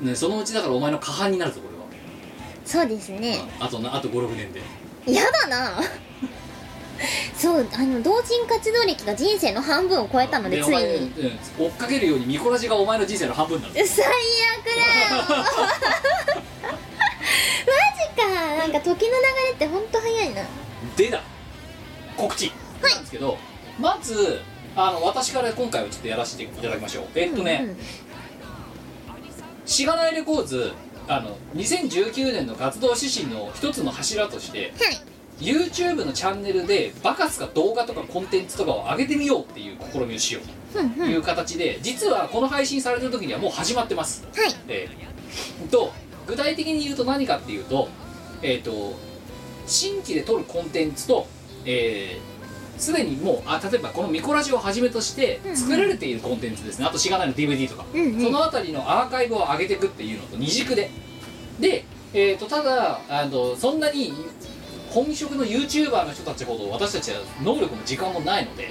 S1: ね、そのうちだからお前の過半になるぞこれ
S2: そうですね
S1: は、あとなあと56年で
S2: やだなそうあの同人活動歴が人生の半分を超えたので
S1: お
S2: つい
S1: 前
S2: に
S1: うん追っかけるようにミコラジがお前の人生の半分になる
S2: 最悪だ よマジかなんか時の流れってほんと早いな
S1: でだ告知なんですけど、まずあの私から今回はちょっとやらせていただきましょうえっとね、
S2: うんうん
S1: しがないレコーズあの2019年の活動指針の一つの柱として、YouTube のチャンネルでバカすか動画とかコンテンツとかを上げてみようっていう試みをしようという形で、実はこの配信されてる時にはもう始まってます、
S2: はい
S1: えーと具体的に言うと何かっていうと,、えー、と新規で撮るコンテンツとえーすでにもうあ例えばこのミコラジをはじめとして作られているコンテンツですね、あとしがないの DVD とか、
S2: うんうん
S1: そのあたりのアーカイブを上げていくっていうのと二軸でで、えー、とただあのそんなに本職の YouTuber の人たちほど私たちは能力も時間もないので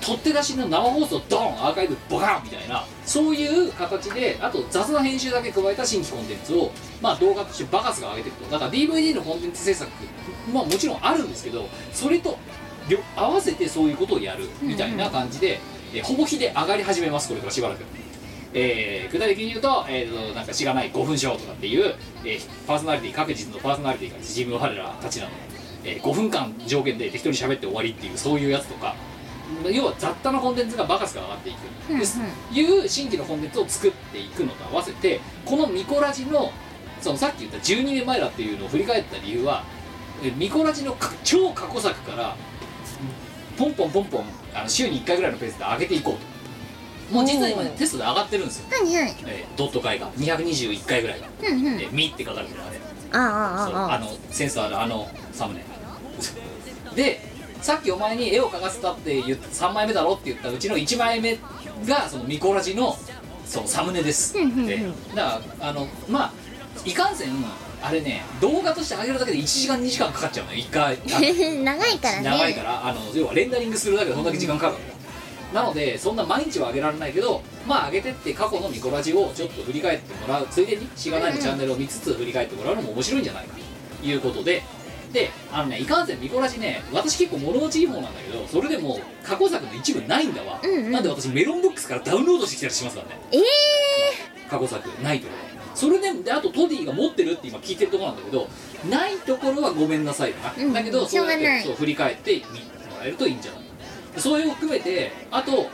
S1: 取って出しの生放送ドーンアーカイブボカンみたいなそういう形であと雑な編集だけ加えた新規コンテンツを、まあ、動画としてバカスが上げていくとだから DVD のコンテンツ制作まあもちろんあるんですけどそれと両合わせてそういうことをやるみたいな感じで、えーほぼ日で上がり始めますこれからしばらく。えー具体的に言うと,、えーとなんかしがない5分ショーとかっていう、えーパーソナリティ各自のパーソナリティが自分我らたちなので、え5分間条件で適当に喋って終わりっていうそういうやつとか要は雑多なコンテンツがバカスが上がっていく、
S2: うんうん
S1: ですいう新規のコンテンツを作っていくのと合わせてこのミコラジのそのさっき言った12年前だっていうのを振り返った理由はえミコラジのか超過去作からポンポンポンポンあの週に1回ぐらいのペースで上げていこうともう実は今ね
S2: おー
S1: テストで上がってるんですよ
S2: はいはい
S1: えードット回が221回ぐらいが、
S2: うんうん
S1: えーミって書かれてるあれ
S3: あ
S1: そう
S3: あああ
S1: あ
S3: あ
S1: のセンスあるあのサムネ でさっきお前に絵を描かせたって言った3枚目だろって言ったうちの1枚目がそのミコラジのそのサムネです
S3: うんうんうん
S1: でだからあのまあいかんせんあれね動画として上げるだけで1時間2時間かかっちゃうのよ1回
S3: 長いからね
S1: 長いからあの要はレンダリングするだけでそんだけ時間かかるわけだなのでそんな毎日は上げられないけどまあ上げてって過去のミコラジをちょっと振り返ってもらうついでにしがないのチャンネルを見つつ振り返ってもらうのも面白いんじゃないかということでであのねいかんせんミコラジね私結構物持ちいい方なんだけどそれでも過去作の一部ないんだわ、
S3: うんうん
S1: なんで私メロンブックスからダウンロードしてきたりしますからね
S3: ええ
S1: 過去作ないところそれでであとトディが持ってるって今聞いてるところなんだけどないところはごめんなさいだな、
S3: うん
S1: だけど
S3: しょうがない
S1: そうやってそう振り返って見てもらえるといいんじゃないそういうのを含めてあと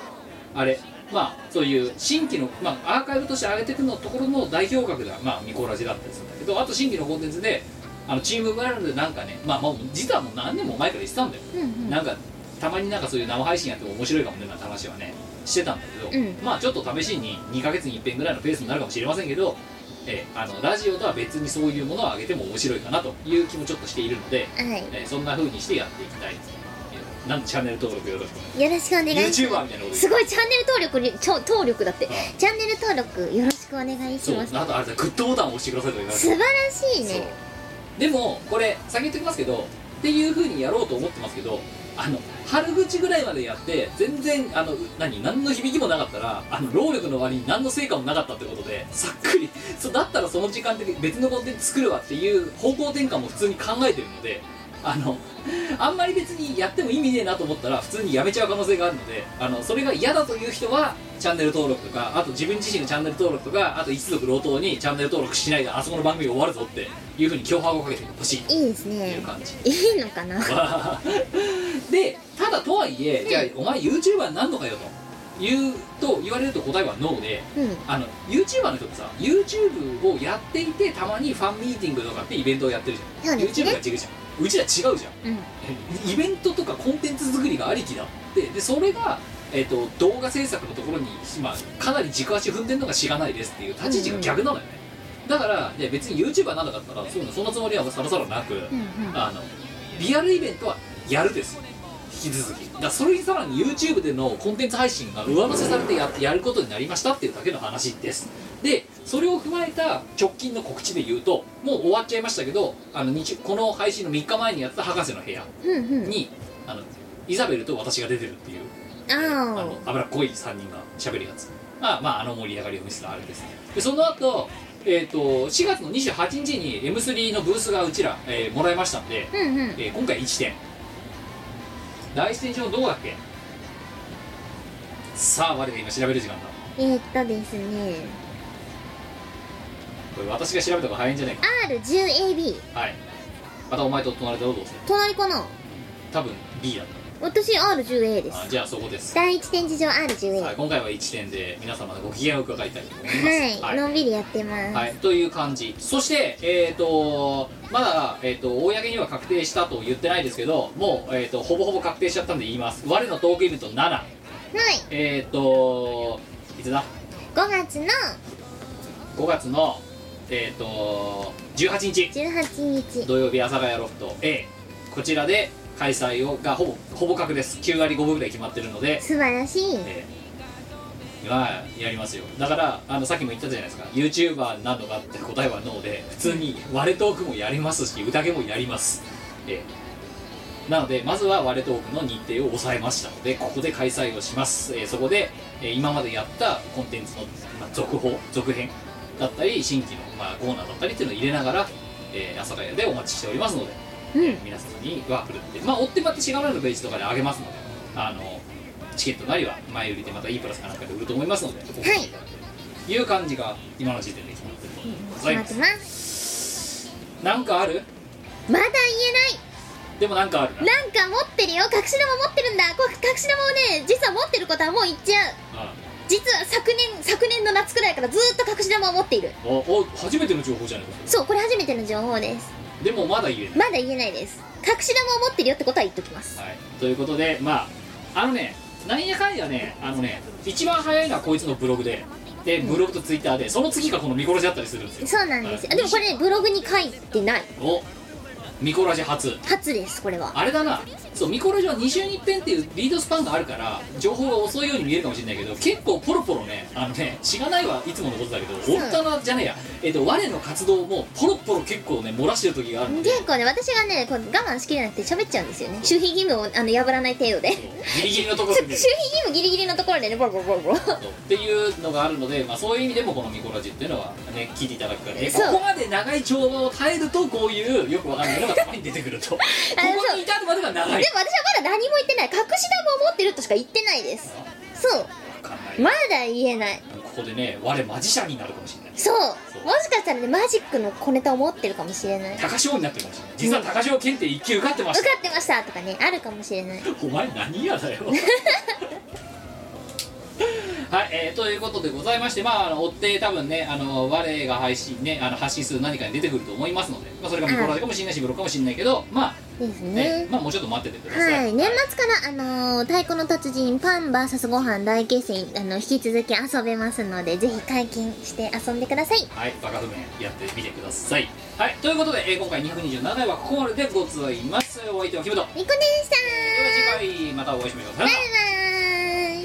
S1: あれまあそういう新規の、まあ、アーカイブとして上げていくのところの代表格が、まあ、ミコラジだったりするんだけどあと新規のコンテンツであのチームブランドでなんかね、まあ、もう実はもう何年も前から言ってたんだよ、
S3: うんうん
S1: なんかたまになんかそういう生配信やっても面白いかもねなんて話はねしてたんだけど、
S3: うん
S1: まあちょっと試しに2ヶ月に一遍ぐらいのペースになるかもしれませんけど、えーあのラジオとは別にそういうものを上げても面白いかなという気もちょっとしているので、
S3: はい
S1: えーそんな風にしてやっていきたいです、えーなんでチャンネル登録よろしく
S3: よろしくお願
S1: お
S3: い
S1: 願い
S3: し
S1: しま YouTuber
S3: ます
S1: みたいなこと
S3: すごいチャンネル登録にちょ登録だって
S1: 言って
S3: チャンネル登録よろしくお願いし
S1: そう
S3: ま
S1: あ
S3: す
S1: とあれだグッドボタンを押してくださいとか言われて
S3: 素晴らしいね
S1: そうでもこれ先言っておきますけどっていうふうにやろうと思ってますけどあの春口ぐらいまでやって全然あの何何の響きもなかったらあの労力の割に何の成果もなかったってことでさっくりそうだったらその時間で別のコンテンツ作るわっていう方向転換も普通に考えてるのであのあんまり別にやっても意味ねえなと思ったら普通にやめちゃう可能性があるのであのそれが嫌だという人はチャンネル登録とかあと自分自身のチャンネル登録とかあと一族老頭にチャンネル登録しないであそこの番組終わるぞっていうふうに脅迫をかけてほしいって
S3: いいです
S1: い
S3: ね
S1: う感じ
S3: いいのかな
S1: でただとはいえ、じゃあお前 YouTuber になんのかよと言うと言われると答えはノーで
S3: うん
S1: あの YouTuber の人ってさ YouTube をやっていてたまにファンミーティングとかってイベントをやってるじゃん
S3: そうです
S1: YouTube が
S3: ね
S1: 違うじゃんうちら違うじゃん
S3: うん
S1: イベントとかコンテンツ作りがありきだってでそれが、えっと動画制作のところに、まあ、かなり軸足踏んでるのがしがないですっていう立ち位置が逆なのよね、だからいや別に YouTuber なんだかったらそういうのそんなつもりはさらさらなく、
S3: うんうん
S1: あのリアルイベントはやるです引き続きだからそれにさらに YouTube でのコンテンツ配信が上乗せされてややることになりましたっていうだけの話ですでそれを踏まえた直近の告知で言うともう終わっちゃいましたけどあの日この配信の3日前にやってた博士の部屋
S3: うんうん
S1: にあのイザベルと私が出てるっていうあ
S3: あ
S1: の脂っこい3人が喋るやつまあまああの盛り上がりを見せたあれですねでその後えっ、と4月の28日に M3 のブースがうちら、えーもらいましたんで、
S3: あうんうん
S1: えー今回1点第一点上どうだっけさあ我が今調べる時間だ
S3: えー、っとですね
S1: これ私が調べた方が早いんじゃないか
S3: R10AB
S1: はいまたお前と隣だろうどうせ
S3: 隣かな
S1: 多分 B だっ
S3: 私 R10A で
S1: た
S3: す
S1: あじゃあそこです、
S3: 第一展示場 R10A
S1: は、
S3: はい
S1: 今回は1点で皆様のご機嫌を伺いたいと思います
S3: い、のんびりやってます、
S1: はい、という感じそして、えー、とまだ、えー、と公には確定したと言ってないですけどもう、えー、とほぼほぼ確定しちゃったんで言います我のトークイベント7
S3: はい、
S1: えっ、といつだ
S3: 5月の
S1: 5月のえっ、と18日
S3: 18日
S1: 土曜日阿佐ヶ谷ロフト A こちらで開催をがほぼほぼ確です9割5分ぐらい決まってるので
S3: 素晴らしい
S1: えーまあやりますよだからあのさっきも言ったじゃないですか YouTuber になるのかって答えはノーで普通に割れトークもやりますし宴もやります、えーなのでまずは割れトークの日程を抑えましたのでここで開催をします、えーそこで、えー今までやったコンテンツの、まあ続報続編だったり新規の、まあ、コーナーだったりっていうのを入れながら、えー、阿佐ヶ谷でお待ちしておりますので
S3: うん
S1: 皆様には来るってまあ追ってまた違うのページとかで上げますのであのチケットなりは前売りでまた E プラスかなんかで売ると思いますのでお越しいただければという感じが今の時点で決まってるとございま
S3: 待
S1: す
S3: ってます
S1: なんかある
S3: まだ言
S1: でもなんかあるな
S3: えないなんか持ってるよ隠し玉持ってるんだこう隠し玉をね実は持ってることはもう言っちゃう実は昨年昨年の夏くらいからずーっと隠し玉を持っている
S1: うんおお初めての情報じゃないか
S3: そうこれ初めての情報です
S1: でもまだ言えない、
S3: まだ言えないです隠し玉を持ってるよってことは言っときます
S1: はい、ということでまああのねなんやかんやねあのね一番早いのはこいつのブログででブログとツイッターでその次がこの見殺しだったりするんですよ
S2: そうなんですよでもこれブログに書いてない
S1: お見殺し初
S2: 初ですこれは
S1: あれだなそうミコラジは2週に1遍っていうリードスパンがあるから情報が遅いように見えるかもしれないけど結構ポロポロねあのね知らないはいつものことだけどオッタナじゃねえや、えっと我の活動もポロポロ結構ね漏らしてる時があるので
S2: 結構ね私がねこう我慢しきれなくて喋っちゃうんですよね守秘義務をあの破らない程度で守
S1: ギリギリのところ
S2: 秘
S1: で見
S2: 義
S1: る
S2: 務ギリギリのところでねボロボロボロボロ
S1: っていうのがあるので、まあ、そういう意味でもこのミコラジっていうのはね聞いていただくからでこ
S2: そう
S1: こまで長い帳場を耐えるとこういうよくわかんないのがたまに出てくる とここに至るまでが長い
S2: でも私はまだ何も言ってない隠し玉を持ってるとしか言ってないですそう
S1: わかんない、
S2: まだ言えない
S1: ここでね我マジシャンになるかもしれない
S2: そうもしかしたらねマジックの小ネタを持ってるかもしれない受か
S1: 高潮になってるかもしれない実は高潮検定1級受かってました
S2: ってましたとかねあるかもしれない
S1: お前何やだよ はい、えーということでございましてまああの追って多分ねあの我が配信ねあの発信する何かに出てくると思いますので、まあ、それがミコラジかもしれないしブログかもしれないけどまあ
S2: です
S1: ね
S2: ね
S1: まあもうちょっと待っててください、
S2: はい、年末から、あのー太鼓の達人パン VS ご飯大決戦、あの、引き続き遊べますので、ぜひ解禁して遊んでください。
S1: はい、バカ譜面やってみてください。はい、ということで、えー今回227回はここまででございます。お相手はキムト。
S2: みこでした
S1: では次回またお会いしましょう。さよなら。
S2: バイバイ